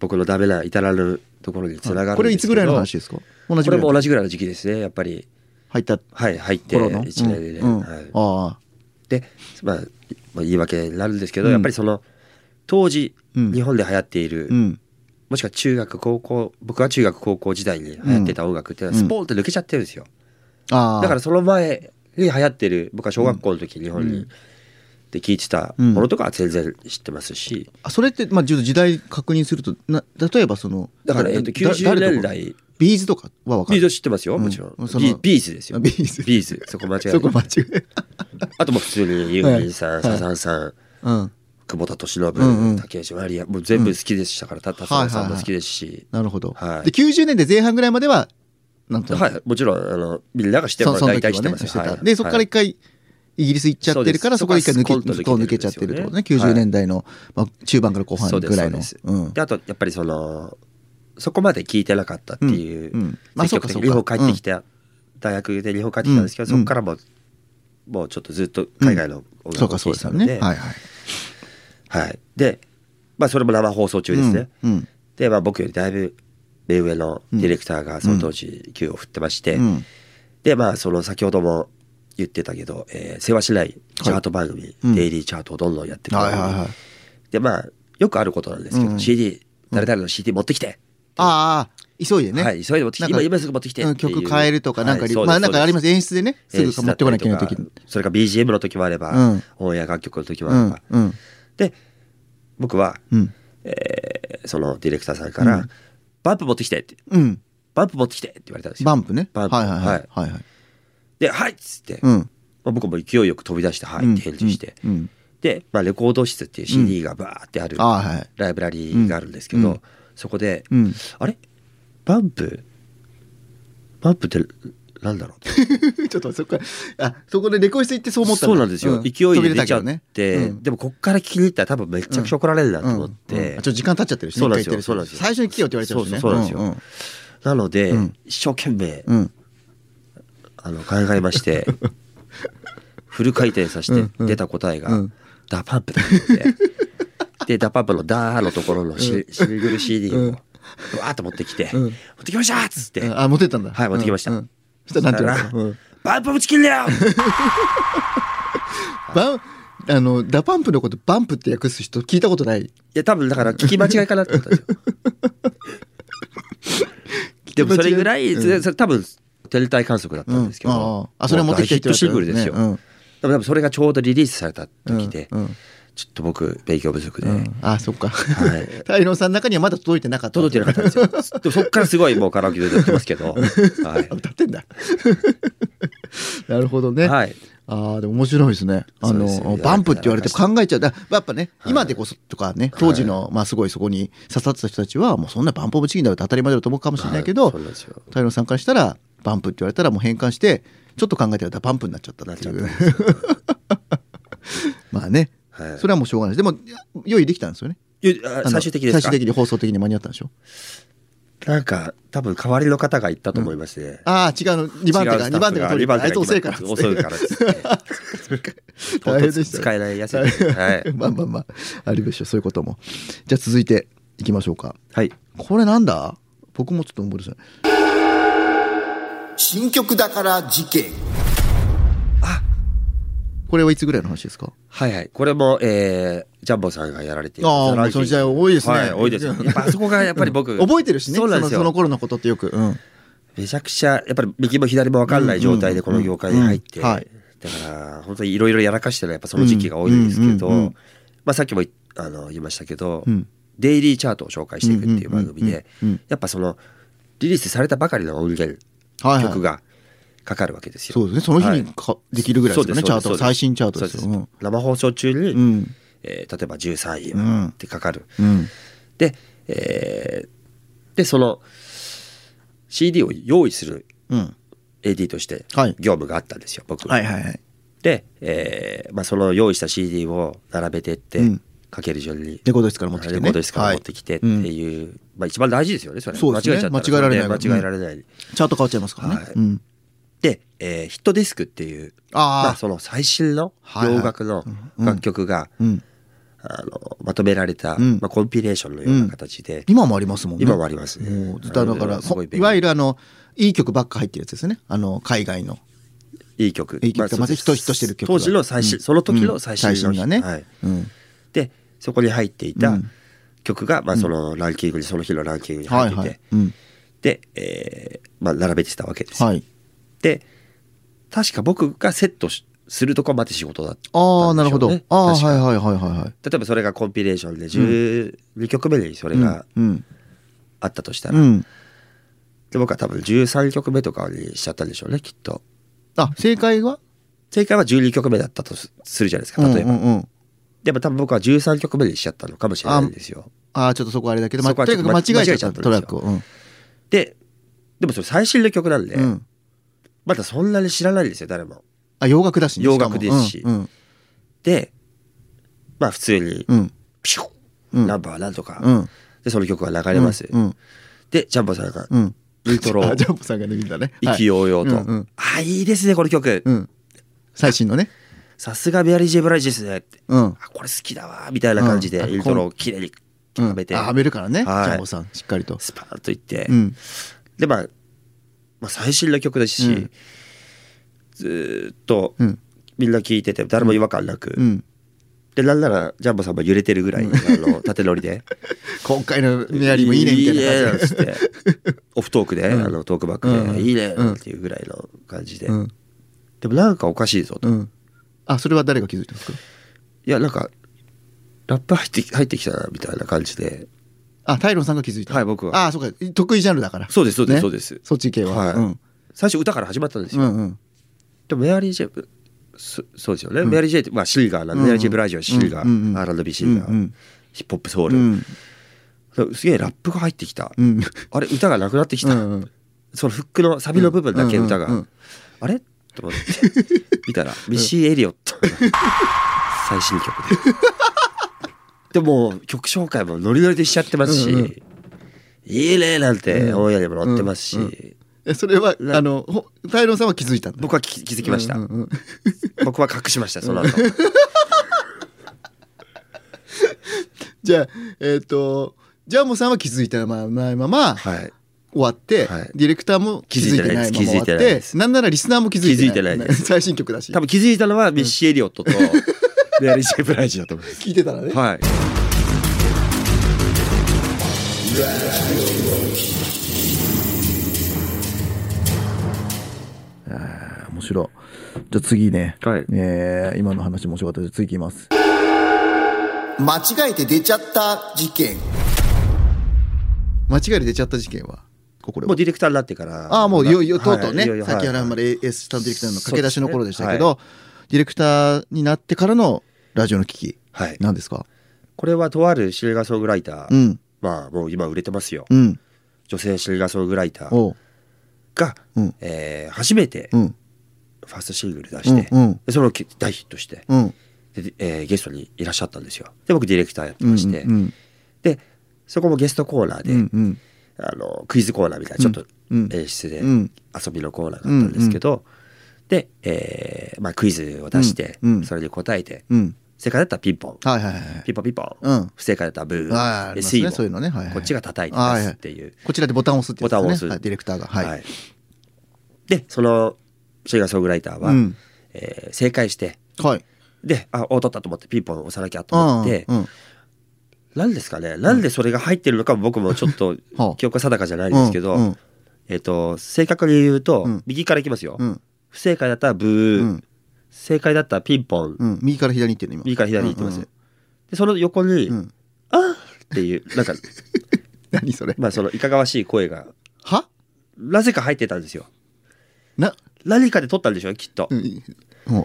Speaker 3: 僕のダメな至らぬところにつながるんですけど
Speaker 2: これいつぐらいの話ですか同じぐら
Speaker 3: これ
Speaker 2: い
Speaker 3: も同じぐらいの時期ですねやっぱり
Speaker 2: 入った
Speaker 3: はい入って
Speaker 2: 頃の、
Speaker 3: 1年でね、
Speaker 2: うんうん
Speaker 3: はい、
Speaker 2: ああ
Speaker 3: で、まあ、まあ言い訳になるんですけど、
Speaker 2: うん
Speaker 3: やっぱりその当時、
Speaker 2: うん
Speaker 3: 日本で流行っている、
Speaker 2: うん
Speaker 3: もしくは中学高校僕は中学高校時代に流行ってた音楽っていうのは
Speaker 2: うん
Speaker 3: スポーンって抜けちゃってるんですよ、
Speaker 2: ああ
Speaker 3: だからその前に流行ってる僕は小学校の時日本に、で聞いてたものとかは全然知ってますし、
Speaker 2: あそれってまあちょっと時代確認するとな例えばその
Speaker 3: だから、えっと、
Speaker 2: だ
Speaker 3: 90
Speaker 2: 誰
Speaker 3: 年
Speaker 2: とか
Speaker 3: 代
Speaker 2: ビーズとかは分か
Speaker 3: ビー
Speaker 2: る
Speaker 3: ズ知ってますよもちろん、
Speaker 2: うんその
Speaker 3: ビビーズですよ
Speaker 2: ビーズ
Speaker 3: ビーズそこ間違い な
Speaker 2: そ
Speaker 3: い
Speaker 2: こ間違え
Speaker 3: あともう普通にユーミンさん、
Speaker 2: はい
Speaker 3: サザンさん、
Speaker 2: うん
Speaker 3: 久保田敏信、
Speaker 2: んうん
Speaker 3: 竹内まりやもう全部好きでしたから、た達郎さんも好きですし、
Speaker 2: なるほど、
Speaker 3: はい
Speaker 2: で90年代前半ぐらいまではなんとなく
Speaker 3: はいもちろんあのみんなが知ってる
Speaker 2: そ
Speaker 3: も
Speaker 2: うそ
Speaker 3: の
Speaker 2: の
Speaker 3: 大
Speaker 2: 時は
Speaker 3: 体知って
Speaker 2: ね
Speaker 3: ますよ
Speaker 2: してた
Speaker 3: はい
Speaker 2: でそこから一回イギリス行っちゃってるから
Speaker 3: そ
Speaker 2: そう
Speaker 3: で
Speaker 2: こ
Speaker 3: す
Speaker 2: で一回抜け
Speaker 3: そこはスコンと
Speaker 2: 抜けちゃってるってことね
Speaker 3: 抜けてるんですよ
Speaker 2: 90
Speaker 3: ね
Speaker 2: 年代の、まあ、中盤から後半
Speaker 3: そうです
Speaker 2: ぐらいの
Speaker 3: そうです
Speaker 2: うん
Speaker 3: であとやっぱりそのそこまで聞いてなかったっていう、
Speaker 2: うんうんまあ
Speaker 3: 積極的
Speaker 2: そうか
Speaker 3: に日
Speaker 2: そう
Speaker 3: 本
Speaker 2: か
Speaker 3: 帰ってきた、大学で日本帰ってきたんですけど、
Speaker 2: うん
Speaker 3: そこからももうちょっとずっと海外の音
Speaker 2: そう
Speaker 3: 楽
Speaker 2: か
Speaker 3: を
Speaker 2: そ
Speaker 3: 聴
Speaker 2: う
Speaker 3: い
Speaker 2: で
Speaker 3: て
Speaker 2: すよね
Speaker 3: たので,、
Speaker 2: はいはい
Speaker 3: はいでまあそれも生放送中ですね、
Speaker 2: うん
Speaker 3: で、まあ、僕よりだいぶ目上のディレクターがその当時球を振ってまして、
Speaker 2: うんうん
Speaker 3: でまあその先ほども言ってたけど、えー、世話しないチャート番組、
Speaker 2: うん
Speaker 3: デイリーチャートをどんどんやってく
Speaker 2: はいはいはい
Speaker 3: でまあよくあることなんですけど、
Speaker 2: うん
Speaker 3: CD 誰々の CD 持ってきて、
Speaker 2: ああ急いでね
Speaker 3: はい急いで持ってきて
Speaker 2: なんか
Speaker 3: 今今すぐ持ってきて
Speaker 2: うん
Speaker 3: っていう
Speaker 2: 曲変えるとかなんか
Speaker 3: はい
Speaker 2: り、
Speaker 3: そうです
Speaker 2: まあなんかあります
Speaker 3: そうで
Speaker 2: 演出でねすぐ持ってこなきゃいけない時に
Speaker 3: 演出だったりとかそれから BGM の時もあれば、
Speaker 2: うん
Speaker 3: オンエア楽曲の時も
Speaker 2: う
Speaker 3: あれ
Speaker 2: ん
Speaker 3: ば、
Speaker 2: うん
Speaker 3: で僕は、
Speaker 2: うん
Speaker 3: えーそのディレクターさんから、
Speaker 2: うん
Speaker 3: バンプ持ってきてって
Speaker 2: うん
Speaker 3: バンプ持ってきてって言われたんですよ
Speaker 2: バンプねは
Speaker 3: バ
Speaker 2: い
Speaker 3: ンプ
Speaker 2: はいはい
Speaker 3: は
Speaker 2: はいいはい
Speaker 3: で「はい」っつって、
Speaker 2: うん
Speaker 3: まあ、僕も勢いよく飛び出して「はい」って返事して、
Speaker 2: うんうん
Speaker 3: で、まあ、レコード室っていう CD がバーってある
Speaker 2: あーはい
Speaker 3: ライブラリーがあるんですけど、
Speaker 2: うん
Speaker 3: そこで、
Speaker 2: うん
Speaker 3: あれバンプバンプってなんだろう
Speaker 2: ちょっとそこからあそこでレコイス行ってそう 思った
Speaker 3: そうなんですよ、勢いで出ちゃって、
Speaker 2: うん
Speaker 3: でもこっから聞きに行ったら多分めちゃくちゃ怒られるなと思って、
Speaker 2: うんうんあちょっと時間経っちゃってるしね
Speaker 3: そうなんですよ
Speaker 2: 一回行ってるし
Speaker 3: そうなんですよ
Speaker 2: 最初に聞けよって言われちゃうしね
Speaker 3: そうそうそうなんなので、
Speaker 2: うん
Speaker 3: 一生懸命、
Speaker 2: うんうん
Speaker 3: あの考えまして フル回転させて出た答えが、
Speaker 2: うん
Speaker 3: ダパンプだったのででダパンプの「ダー」のところのシ,、シングル CD をわーっと持ってきて
Speaker 2: ん
Speaker 3: 「持ってきました!」っつって、
Speaker 2: うんあ持ってったんだ
Speaker 3: はい持ってきました
Speaker 2: うんうんそしたらなんて言われた
Speaker 3: そ
Speaker 2: のう
Speaker 3: し
Speaker 2: ん
Speaker 3: たらバンプぶち切れよ
Speaker 2: バンあのダパンプのことバンプって訳す人聞いたことない
Speaker 3: いや多分だから聞き間違いかなと思った んですよでもそれぐらい、
Speaker 2: うん
Speaker 3: それ多分天体観測だったんですけど、
Speaker 2: うんあああそれは持ってきて
Speaker 3: もう大ヒットシングルですよ、
Speaker 2: ねうん
Speaker 3: でも多分それがちょうどリリースされた時で、
Speaker 2: うんうん
Speaker 3: ちょっと僕勉強不足で、
Speaker 2: あそっか
Speaker 3: はい
Speaker 2: 太郎さんの中にはまだ届いてなかった
Speaker 3: 届い てなかったんですよ。でもそっからすごいもうカラオケで歌ってますけど。
Speaker 2: あ
Speaker 3: は
Speaker 2: 歌ってんだ なるほどね、
Speaker 3: い。はい。
Speaker 2: ああでも面白いですねあ
Speaker 3: そうです
Speaker 2: の
Speaker 3: よ
Speaker 2: バンプって言われて考えちゃうだやっぱね、今でこそとかね当時の、まあすごいそこに刺さってた人たちはもうそんなバンプオブチキンだよって当たり前だと思うかもしれないけど、
Speaker 3: はいそうなんですよ
Speaker 2: 太郎さんからしたらバンプって言われたらもう変換してちょっと考えたらダパンプになっちゃったっていう まあね、
Speaker 3: はい
Speaker 2: それはもうしょうがないですでも用意できたんですよね
Speaker 3: ゆあ
Speaker 2: あの
Speaker 3: 最終的です
Speaker 2: 最
Speaker 3: か
Speaker 2: 終的に放送的に間に合ったんでしょ
Speaker 3: なんか、多分代わりの方が言ったと思いますね。
Speaker 2: ああ違うの2番手
Speaker 3: 違う
Speaker 2: が
Speaker 3: スタ
Speaker 2: 2
Speaker 3: ッ
Speaker 2: 番
Speaker 3: フ
Speaker 2: 手が取り
Speaker 3: 二番
Speaker 2: あいつ
Speaker 3: 手
Speaker 2: 遅
Speaker 3: が
Speaker 2: いからっつって
Speaker 3: 遅いからっつって。
Speaker 2: 大変でしたね
Speaker 3: 使えないやつですねはい
Speaker 2: まあまあまああるでしょそういうこともじゃあ続いていきましょうか
Speaker 3: はい。
Speaker 2: これなんだ僕もちょっと覚えてない
Speaker 4: 新曲だから事件。
Speaker 2: これはいつぐらいの話ですか
Speaker 3: はいはい。これも、えー、ジャンボさんがやられている。
Speaker 2: あー
Speaker 3: ザラ
Speaker 2: もうその時代多いですね
Speaker 3: はい、多いです。やっぱあそこがやっぱり僕。
Speaker 2: 覚えてるしね
Speaker 3: そ
Speaker 2: そう
Speaker 3: なんで
Speaker 2: の
Speaker 3: す
Speaker 2: その
Speaker 3: よ。
Speaker 2: 頃のことってよく、うん、
Speaker 3: めちゃくちゃ、やっぱり右も左も分かんない状態でこの業界に入って。
Speaker 2: うんうんうんはい
Speaker 3: だから、本当にいろいろやらかしてるのはやっぱその時期が多いんですけど、
Speaker 2: うんうんうんうん
Speaker 3: まあさっきもいあの言いましたけど、
Speaker 2: うん
Speaker 3: デイリーチャートを紹介していくっていう番組で
Speaker 2: うんうんうんうん、
Speaker 3: やっぱその、リリースされたばかりの音源、
Speaker 2: はいはい
Speaker 3: 曲がかかるわけですよ。
Speaker 2: そうですねその日に
Speaker 3: はい
Speaker 2: か、できるぐらいですかねチャー
Speaker 3: そう
Speaker 2: ト
Speaker 3: です
Speaker 2: 最新チャートです
Speaker 3: そ
Speaker 2: よ
Speaker 3: う生放送中に、
Speaker 2: うん
Speaker 3: えー例えば13位
Speaker 2: うん
Speaker 3: はってかかる、
Speaker 2: うん
Speaker 3: で、えーでその CD を用意する
Speaker 2: うん、
Speaker 3: AD として
Speaker 2: はい
Speaker 3: 業務があったんですよ、僕
Speaker 2: はいはいはい
Speaker 3: で、えーまあ、その用意した CD を並べてって、
Speaker 2: うん
Speaker 3: かける順に
Speaker 2: レコード室から持ってきてね
Speaker 3: レコード室から持ってきてっていう、まあ、一番大事ですよねそれ
Speaker 2: そうですね
Speaker 3: 間違えちゃった
Speaker 2: 間違えられない
Speaker 3: そで間違えられない、
Speaker 2: チャート変わっちゃいますからね、
Speaker 3: はい
Speaker 2: うん、
Speaker 3: で、えーヒットディスクっていう
Speaker 2: あー
Speaker 3: まあ、その最新の
Speaker 2: はいはい
Speaker 3: 洋楽の
Speaker 2: うん
Speaker 3: 楽曲が、
Speaker 2: うん
Speaker 3: あのまとめられた、
Speaker 2: ん
Speaker 3: まあ、コンピレーションのような形で、
Speaker 2: 今もありますもんね
Speaker 3: 今もありますね
Speaker 2: もうずっとだから
Speaker 3: あのすごい
Speaker 2: い
Speaker 3: 便利
Speaker 2: わゆるあのいい曲ばっか入ってるやつですねあの海外の
Speaker 3: いい曲
Speaker 2: いい曲
Speaker 3: あ
Speaker 2: がまずヒットヒットしてる曲が
Speaker 3: 当時の最新、その時の最新の、
Speaker 2: うん最新がね、
Speaker 3: はい、
Speaker 2: うん、
Speaker 3: でそこに入っていた
Speaker 2: うん
Speaker 3: 曲が、まあ、そのランキングにその日のランキングに
Speaker 2: は
Speaker 3: 入っ
Speaker 2: い
Speaker 3: てて、
Speaker 2: はい、うん
Speaker 3: で、えーまあ、並べてたわけですよ、
Speaker 2: はい、
Speaker 3: で確か僕がセットしするとこまで仕事だったんでしょう
Speaker 2: あ
Speaker 3: ね
Speaker 2: あなるほど、ああ
Speaker 3: 確か
Speaker 2: はいはいはいはいはい
Speaker 3: 例えばそれがコンピレーションで12曲目にそれが
Speaker 2: うん
Speaker 3: あったとしたら、
Speaker 2: うん
Speaker 3: で僕は多分13曲目とかにしちゃったんでしょうねきっと
Speaker 2: あ正解は
Speaker 3: 正解は12曲目だったとすするじゃないですか例えば、
Speaker 2: うんうんうん
Speaker 3: でも多分僕は13曲目にしちゃったのかもしれないんですよ
Speaker 2: ああちょっとそこあれだけど、まあ、
Speaker 3: そことは
Speaker 2: にかく間違えちゃっ
Speaker 3: ち
Speaker 2: た
Speaker 3: ょっと
Speaker 2: ト
Speaker 3: 間違
Speaker 2: ラ
Speaker 3: えちゃったんですよ
Speaker 2: ックを、うん
Speaker 3: ででもそれ最新の曲なんで、
Speaker 2: うん、
Speaker 3: まだそんなに知らないんですよ誰も
Speaker 2: あ洋楽だし、ね、
Speaker 3: 洋楽ですし
Speaker 2: かも
Speaker 3: でまあ普通に
Speaker 2: うんうん
Speaker 3: ピシュッ、
Speaker 2: うん
Speaker 3: ナンバーなんとか、
Speaker 2: うん
Speaker 3: でその曲が流れます、
Speaker 2: うん
Speaker 3: でジャンボさんが
Speaker 2: うん
Speaker 3: イントロを
Speaker 2: あジャンプさんがねみんなね
Speaker 3: 意気揚々と、
Speaker 2: はいうんうん
Speaker 3: あいいですねこの曲
Speaker 2: うん最新のね
Speaker 3: さすがベアリー・ジェブライジですねって、
Speaker 2: うん
Speaker 3: あこれ好きだわみたいな感じで
Speaker 2: うん
Speaker 3: イントロをきれいに
Speaker 2: うん
Speaker 3: はめて、
Speaker 2: あはめるからね、
Speaker 3: はい
Speaker 2: ジャンボさんしっかりと
Speaker 3: スパーンといって、
Speaker 2: うん
Speaker 3: でまあ、まあ最新の曲です
Speaker 2: う
Speaker 3: し、
Speaker 2: ん
Speaker 3: ずーっと
Speaker 2: うん
Speaker 3: みんな聴いてて誰も違和感なく、
Speaker 2: うん
Speaker 3: でなんならジャンボさんも揺れてるぐらい、あ の縦乗りで
Speaker 2: 今回のメアリーもいいねみたいな感じ
Speaker 3: いいねなんつ ってオフトークで、あのトークバックで、
Speaker 2: うん
Speaker 3: いいね
Speaker 2: うん
Speaker 3: っていうぐらいの感じで、
Speaker 2: うん
Speaker 3: でもなんかおかしいぞと、
Speaker 2: う
Speaker 3: い
Speaker 2: んあそれは誰が気づいたんですか
Speaker 3: やなんかラップ入ってき入ってきたなみたいな感じで
Speaker 2: あタイロンさんが気づいた
Speaker 3: はい僕は
Speaker 2: あそうか得意ジャンルだから
Speaker 3: そうですそうです
Speaker 2: ね
Speaker 3: そうです
Speaker 2: そっち系は、
Speaker 3: はい
Speaker 2: うん
Speaker 3: 最初歌から始まったんです
Speaker 2: う
Speaker 3: よ、
Speaker 2: んうん
Speaker 3: でもメアリー・ジェブそそうですよね、メアリー・ジェブまあシンガーなんで、
Speaker 2: うん
Speaker 3: メアリー・ジェブライジはシンガー、
Speaker 2: うんうんうん
Speaker 3: R&B シンガー、
Speaker 2: うんうん
Speaker 3: ヒップホップソウ
Speaker 2: う
Speaker 3: ル、
Speaker 2: ん
Speaker 3: すげえラップが入ってきた、
Speaker 2: うん
Speaker 3: あれ歌がなくなってきた、
Speaker 2: うんうん
Speaker 3: そのフックのサビの部分だけ歌が、
Speaker 2: うんうんうん
Speaker 3: あれと思って見たらミッシー・エリオットの最新 曲ででも曲紹介もノリノリでしちゃってますし「
Speaker 2: うんう
Speaker 3: いいね」なんてオンエアにも載ってますし、
Speaker 2: うんうんえそれはあのほタイロンさんは気づいたんだ
Speaker 3: 僕は気気づきました、
Speaker 2: うんうんうん
Speaker 3: 僕は隠しましたその後、
Speaker 2: じゃあえっ、とジャンボさんは気づいてないまま終
Speaker 3: はい
Speaker 2: わって、
Speaker 3: はい
Speaker 2: ディレクターも気づいてないまま終わっ
Speaker 3: 気づいてない
Speaker 2: て
Speaker 3: です
Speaker 2: なんならリスナーも気づいてない
Speaker 3: 気づいてないです
Speaker 2: 最新曲だし
Speaker 3: 多分気づいたのはミッシー・エリオットとメアリー・ジェブライジだと思います
Speaker 2: 聞いてたらね、
Speaker 3: はい
Speaker 2: あー面白いじゃあ次ね、
Speaker 3: はい
Speaker 2: えー今の話面白かったので次いきます
Speaker 4: 間違えて出ちゃった事件。
Speaker 2: 間違いで出ちゃった事件はここで
Speaker 3: もうディレクターになってから
Speaker 2: ああもういよいよ
Speaker 3: は
Speaker 2: とうとうね、
Speaker 3: いよいよ
Speaker 2: さっき
Speaker 3: はい
Speaker 2: 原まで AS さんディレクターの駆け出しの頃でしたけ
Speaker 3: そ
Speaker 2: ど、ディレクターになってからのラジオの危機
Speaker 3: はい
Speaker 2: なんですか、
Speaker 3: これはとあるシンガーソングライター、
Speaker 2: うん
Speaker 3: まあもう今売れてますよ、
Speaker 2: うん
Speaker 3: 女性シンガーソングライター
Speaker 2: おう
Speaker 3: が、
Speaker 2: うん
Speaker 3: えー初めて
Speaker 2: うん
Speaker 3: ファーストシングル出して、
Speaker 2: うんうん
Speaker 3: でそれをき大ヒットして、
Speaker 2: うん
Speaker 3: でえーゲストにいらっしゃったんですよで僕ディレクターやってまして、
Speaker 2: うんうん
Speaker 3: でそこもゲストコーナーで、
Speaker 2: うんうん
Speaker 3: あのクイズコーナーみたいなちょっと
Speaker 2: うん
Speaker 3: 演出で
Speaker 2: うん
Speaker 3: 遊びのコーナーがあったんですけど、で、えーまあ、クイズを出して、
Speaker 2: うんうん
Speaker 3: それに答えて、
Speaker 2: うん
Speaker 3: 正解だったらピンポン、
Speaker 2: はいはいはいはい
Speaker 3: ピンポンピンポン、
Speaker 2: うん
Speaker 3: 不正解だったらブー
Speaker 2: あーあり
Speaker 3: で
Speaker 2: ますね
Speaker 3: スイも
Speaker 2: そういうのねはいはい
Speaker 3: こっちが叩いて
Speaker 2: あー
Speaker 3: 出
Speaker 2: は
Speaker 3: す
Speaker 2: い
Speaker 3: っていう、
Speaker 2: こちらでボタンを押すって
Speaker 3: ボ
Speaker 2: やつで
Speaker 3: タン
Speaker 2: す
Speaker 3: を
Speaker 2: ね
Speaker 3: 押す、
Speaker 2: はいディレクターがはい、
Speaker 3: でそのシェガーソングライターは、
Speaker 2: うん
Speaker 3: えー正解して
Speaker 2: はい。
Speaker 3: であお取ったと思ってピンポン押さなきゃと思って、
Speaker 2: うんうん
Speaker 3: なんですかねなんでそれが入ってるのかも僕もちょっと
Speaker 2: はあ
Speaker 3: 記憶は定かじゃないんですけど、
Speaker 2: うんうん
Speaker 3: えっ、と正確に言うと、
Speaker 2: うん
Speaker 3: 右からいきますよ、
Speaker 2: うん
Speaker 3: 不正解だったらブー、
Speaker 2: うん
Speaker 3: 正解だったらピンポン、
Speaker 2: うん、右から左に行ってるね今。
Speaker 3: 右から左に行ってます、
Speaker 2: うんうん
Speaker 3: でその横に「
Speaker 2: うん
Speaker 3: あーっていうなんか
Speaker 2: 何それ
Speaker 3: まあそのいかがわしい声が
Speaker 2: は
Speaker 3: なぜか入ってたんですよ
Speaker 2: な、
Speaker 3: 何かで撮ったんでしょうきっと、
Speaker 2: うん、も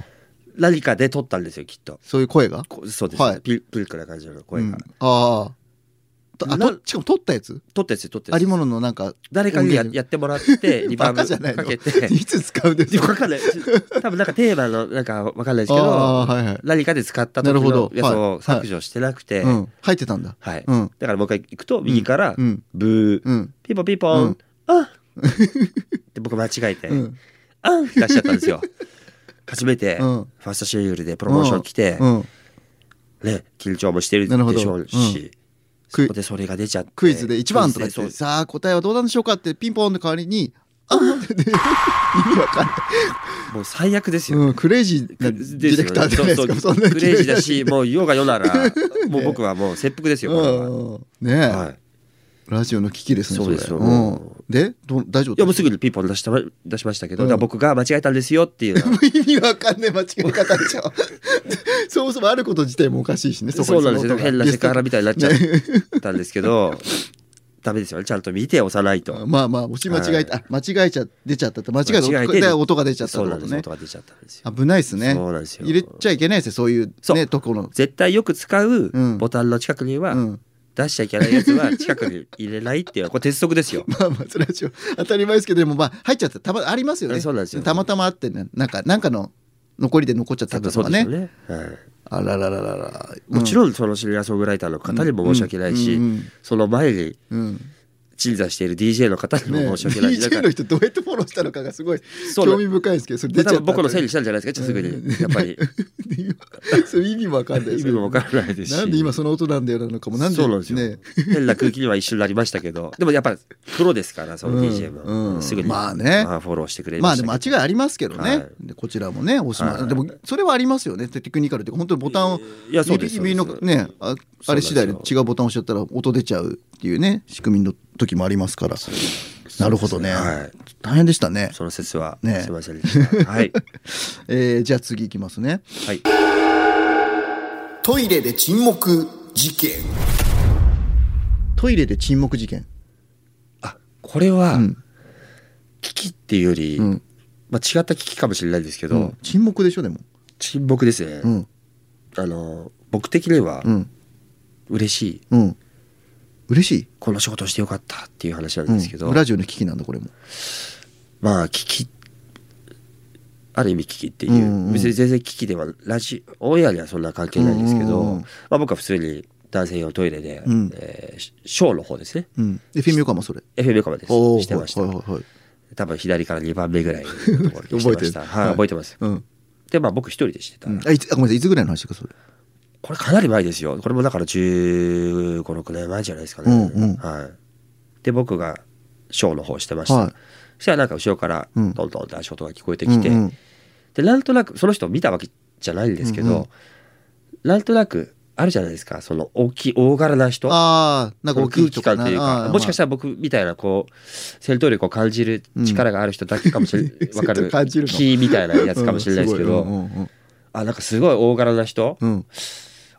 Speaker 2: う
Speaker 3: 何かで撮ったんですよきっと
Speaker 2: そういう声が
Speaker 3: こそうです、
Speaker 2: はい
Speaker 3: ピルピルクな感じの声が、
Speaker 2: うん、あーとあ。
Speaker 3: な
Speaker 2: としかも撮ったやつ
Speaker 3: 撮ったやつ撮った
Speaker 2: あ
Speaker 3: やつ
Speaker 2: りもののなんか、
Speaker 3: 誰かにややってもらってリ
Speaker 2: バ
Speaker 3: バー
Speaker 2: カじゃない
Speaker 3: ブ
Speaker 2: の
Speaker 3: かけて
Speaker 2: いつ使うんです
Speaker 3: でも
Speaker 2: か
Speaker 3: わかんない多分なんかテーマのなんかわかんないですけ
Speaker 2: あ
Speaker 3: ど
Speaker 2: ーはいはい。
Speaker 3: 何かで使った
Speaker 2: な
Speaker 3: 時
Speaker 2: るほど
Speaker 3: のやつ
Speaker 2: は
Speaker 3: を
Speaker 2: い
Speaker 3: 削除してなくて、
Speaker 2: う
Speaker 3: はい
Speaker 2: ん。入ってたんだ。うん
Speaker 3: だからもう一回行くと右から
Speaker 2: う
Speaker 3: 「
Speaker 2: ん。
Speaker 3: ブー」
Speaker 2: うん。
Speaker 3: ピンポンピンポン、
Speaker 2: うん
Speaker 3: あって僕間違えて、
Speaker 2: うん
Speaker 3: あんって出しちゃったんですよ。初めて、
Speaker 2: うん
Speaker 3: ファーストシングルでプロモーション来て、
Speaker 2: うん。
Speaker 3: ね、緊張もしてるで
Speaker 2: なるほど
Speaker 3: しょうし、
Speaker 2: うん
Speaker 3: そこでそれが出ちゃって。
Speaker 2: クイズで1番とか言
Speaker 3: クイ
Speaker 2: って、
Speaker 3: ズでそう
Speaker 2: さあ答えはどうなんでしょうかってピンポンの代わりに、あーってね意味わかんない。
Speaker 3: もう最悪ですよ。
Speaker 2: うん、クレイジーなディレクターじゃないですか。
Speaker 3: そうそう
Speaker 2: そんな
Speaker 3: クレイジーだし、もう世が世なら、もう僕はもう切腹ですよ、これは
Speaker 2: うんねえ、
Speaker 3: はい、
Speaker 2: ラジオの危機ですね。
Speaker 3: そうです
Speaker 2: れ
Speaker 3: よ
Speaker 2: うん、で、どう大丈夫
Speaker 3: いやもうすぐにピンポン出した出しましたけど、だから僕が間違えたんですよっていうのは
Speaker 2: 意味わかんない間違え方でしょ。そもそもあること自体もおかしいしね。
Speaker 3: そうなんですよ
Speaker 2: その音が
Speaker 3: 変なセクハラみたいになっちゃ
Speaker 2: ね
Speaker 3: ったん ですけど、ダメですよねちゃんと見て押さないと
Speaker 2: まあまあ、もし間違えた、あ間違えちゃ、出ちゃったって、間違えた
Speaker 3: 間違えて
Speaker 2: で音が出ちゃった
Speaker 3: そ
Speaker 2: っ
Speaker 3: う
Speaker 2: てこと
Speaker 3: なんです
Speaker 2: ね
Speaker 3: 音。が出ちゃったんですよ
Speaker 2: 危ないですね。
Speaker 3: そうなんですよ
Speaker 2: 入れちゃいけないですよ、そういう
Speaker 3: そ
Speaker 2: ね、
Speaker 3: う
Speaker 2: ところ。
Speaker 3: 絶対よく使う
Speaker 2: うん
Speaker 3: ボタンの近くには、
Speaker 2: うん。
Speaker 3: 出しちゃいけないやつは近くに入れな いっていうのはこれ鉄則ですよ
Speaker 2: まあまあ、それはしょう当たり前ですけど、でもまあ、入っちゃった、たま、ありますよね。
Speaker 3: そうなんですよ
Speaker 2: たまたまあってね、なんか、なんかの残りで残っちゃったと
Speaker 3: そ
Speaker 2: か
Speaker 3: うです
Speaker 2: ね。
Speaker 3: よね、はい
Speaker 2: あららららら。
Speaker 3: もち
Speaker 2: ん。
Speaker 3: ろんそのシンガーソングライターの方にも申し訳ないし、
Speaker 2: うんうんうん
Speaker 3: その前に
Speaker 2: うん。
Speaker 3: 鎮座している DJ の方に
Speaker 2: ね、
Speaker 3: も申し訳ないし、だ
Speaker 2: DJ
Speaker 3: から
Speaker 2: の人どうやってフォローしたのかがすごい
Speaker 3: そうだ
Speaker 2: 興味深いんですけどそれ
Speaker 3: ま
Speaker 2: 出
Speaker 3: あ
Speaker 2: ちゃ
Speaker 3: 多
Speaker 2: った
Speaker 3: 分僕のせいにしたんじゃないですかちょっとすぐにやっぱり
Speaker 2: それ意味もわかんないですよ
Speaker 3: 意味もわからないですし
Speaker 2: なんで今その音なんだよなのかも なんで
Speaker 3: そうなんですよ、
Speaker 2: ね
Speaker 3: 変な空気には一緒になりましたけどでもやっぱプロですからその DJ も、
Speaker 2: うんうん
Speaker 3: すぐに、
Speaker 2: まあね
Speaker 3: フォローしてくれ
Speaker 2: まあでも間
Speaker 3: あ
Speaker 2: 違いありますけどね、
Speaker 3: はい
Speaker 2: でこちらもねおしまい、
Speaker 3: はい
Speaker 2: でもそれはありますよねテクニカルっていうか本当にボタンを
Speaker 3: いやそうです
Speaker 2: 指指の
Speaker 3: そうです
Speaker 2: ねああれ次第で違うボタンを押しちゃったら音出ちゃうっていうね仕組みの時もありますからなるほどね、
Speaker 3: はい
Speaker 2: 大変でしたね、
Speaker 3: その説は、
Speaker 2: ね
Speaker 3: すいませんでした はい、
Speaker 2: えーじゃあ次いきますね
Speaker 3: はい、
Speaker 4: トイレで沈黙事件
Speaker 2: トイレで沈黙事件
Speaker 3: あこれは、
Speaker 2: うん
Speaker 3: 危機っていうより、
Speaker 2: ん
Speaker 3: まあ、違った危機かもしれないですけど、
Speaker 2: うん沈黙でしょでも
Speaker 3: 沈黙ですね、
Speaker 2: うん
Speaker 3: あの僕的には
Speaker 2: うん
Speaker 3: 嬉しい、
Speaker 2: うん嬉しい
Speaker 3: この仕事してよかったっていう話なんですけど、
Speaker 2: うんラジオの危機なんだこれも
Speaker 3: まあ危機ある意味危機っていう,、
Speaker 2: うんうん
Speaker 3: 別に全然危機ではラジオンエアにはそんな関係ないんですけど、
Speaker 2: うんうんうん
Speaker 3: まあ、僕は普通に男性用トイレで、
Speaker 2: うん
Speaker 3: えーシショーの方ですね、
Speaker 2: うんでフィミオカもそれ
Speaker 3: FM 横浜です
Speaker 2: おー
Speaker 3: してました、
Speaker 2: はいはいはい
Speaker 3: 多分左から2番目ぐらいのところにしてました はい、覚えてます、
Speaker 2: うん
Speaker 3: でまあ僕一人でしてた、
Speaker 2: うんあいつあごめんなさいいつぐらいの話かそれ
Speaker 3: これかなり前ですよこれもだから1 5 6年前じゃないですかね、
Speaker 2: うんうん
Speaker 3: はい、で僕がショーの方してました、
Speaker 2: はい
Speaker 3: そしたらなんか後ろから
Speaker 2: う
Speaker 3: ど
Speaker 2: ん
Speaker 3: んどんって足音が聞こえてきて、
Speaker 2: うんうん
Speaker 3: でなんとなくその人を見たわけじゃないんですけど、
Speaker 2: うんうん
Speaker 3: なんとなくあるじゃないですかその大きい大柄な人
Speaker 2: ああなんか
Speaker 3: この空気感というかもしかした
Speaker 2: ら
Speaker 3: ら僕みたいなこう戦闘力を感じる力がある 人だけかもしれない、
Speaker 2: うん
Speaker 3: わか
Speaker 2: 戦闘力感じる
Speaker 3: る
Speaker 2: の
Speaker 3: 気みたいなやつかもしれないですけど、
Speaker 2: うんごいうん
Speaker 3: あなんかすごい大柄な人、
Speaker 2: うんうん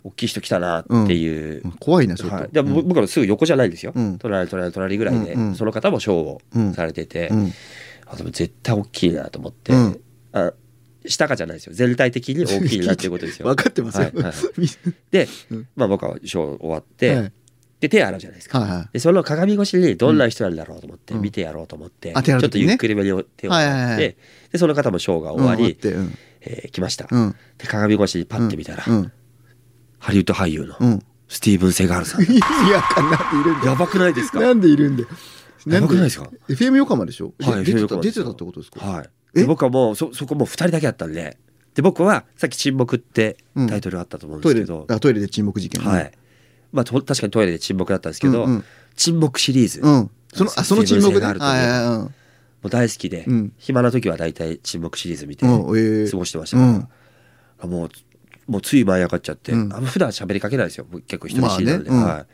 Speaker 3: 大きい人来たなっていう、
Speaker 2: うん怖いなちょっと
Speaker 3: はい、でも僕らのすぐ横じゃないんですよ、
Speaker 2: うん
Speaker 3: 隣隣隣ぐらいで、
Speaker 2: うんうん
Speaker 3: その方もショーをされてて、
Speaker 2: うん
Speaker 3: あでも絶対大きいなと思って、
Speaker 2: うん
Speaker 3: あ下かじゃないですよ全体的に大きいなっていうこ とですよ
Speaker 2: 分かってますよ
Speaker 3: はいはい
Speaker 2: み
Speaker 3: で、
Speaker 2: うん
Speaker 3: まあ、僕はショー終わっ
Speaker 2: は
Speaker 3: て、
Speaker 2: いはい
Speaker 3: で手洗うじゃないですか、
Speaker 2: はい
Speaker 3: でその鏡越しにどんな人なんだろうと思って、見てやろうと思って、
Speaker 2: あ手
Speaker 3: ちょ
Speaker 2: 洗う
Speaker 3: っ
Speaker 2: 時
Speaker 3: と
Speaker 2: に
Speaker 3: ゆ
Speaker 2: ね
Speaker 3: っくりめに手を洗って、
Speaker 2: はいはいはい
Speaker 3: でその方もショーが終わり、
Speaker 2: うんうん
Speaker 3: えー来ました、
Speaker 2: うん
Speaker 3: で鏡越しにパッて見たら、
Speaker 2: うん
Speaker 3: ハリウッド俳優の
Speaker 2: うん
Speaker 3: スティーブン・セガールさん、
Speaker 2: 意味わかんないなんでいるんだよ
Speaker 3: やばくないですか
Speaker 2: なんでいるんだよ
Speaker 3: やばくないですか
Speaker 2: FM 横浜でしょ
Speaker 3: はい、
Speaker 2: 出てた
Speaker 3: そういうことなん
Speaker 2: 出
Speaker 3: で
Speaker 2: て
Speaker 3: すよ
Speaker 2: たってことですか
Speaker 3: はい。
Speaker 2: え
Speaker 3: で僕はもうそそこもう2人だけあったんでで僕はさっき「沈黙」って
Speaker 2: うん
Speaker 3: タイトルあったと思うんで
Speaker 2: トイ
Speaker 3: すけ
Speaker 2: レ
Speaker 3: ど、
Speaker 2: あトイレで沈黙事件
Speaker 3: はいまあ、と確かにトイレで沈黙だったんですけど、
Speaker 2: うんうん
Speaker 3: 沈黙シリーズ、
Speaker 2: うんそのあその沈黙
Speaker 3: が
Speaker 2: ねは
Speaker 3: ある
Speaker 2: い
Speaker 3: と思う
Speaker 2: はいはいうん
Speaker 3: もう大好きで、
Speaker 2: うん
Speaker 3: 暇な時は大体沈黙シリーズ見て過
Speaker 2: うんええ
Speaker 3: ごしてました
Speaker 2: う
Speaker 3: から、
Speaker 2: ん
Speaker 3: あもうもうつい舞い上がっちゃって、
Speaker 2: うん
Speaker 3: あんま普段喋りかけないですよ僕結構人見知りなので「
Speaker 2: まあねうん
Speaker 3: は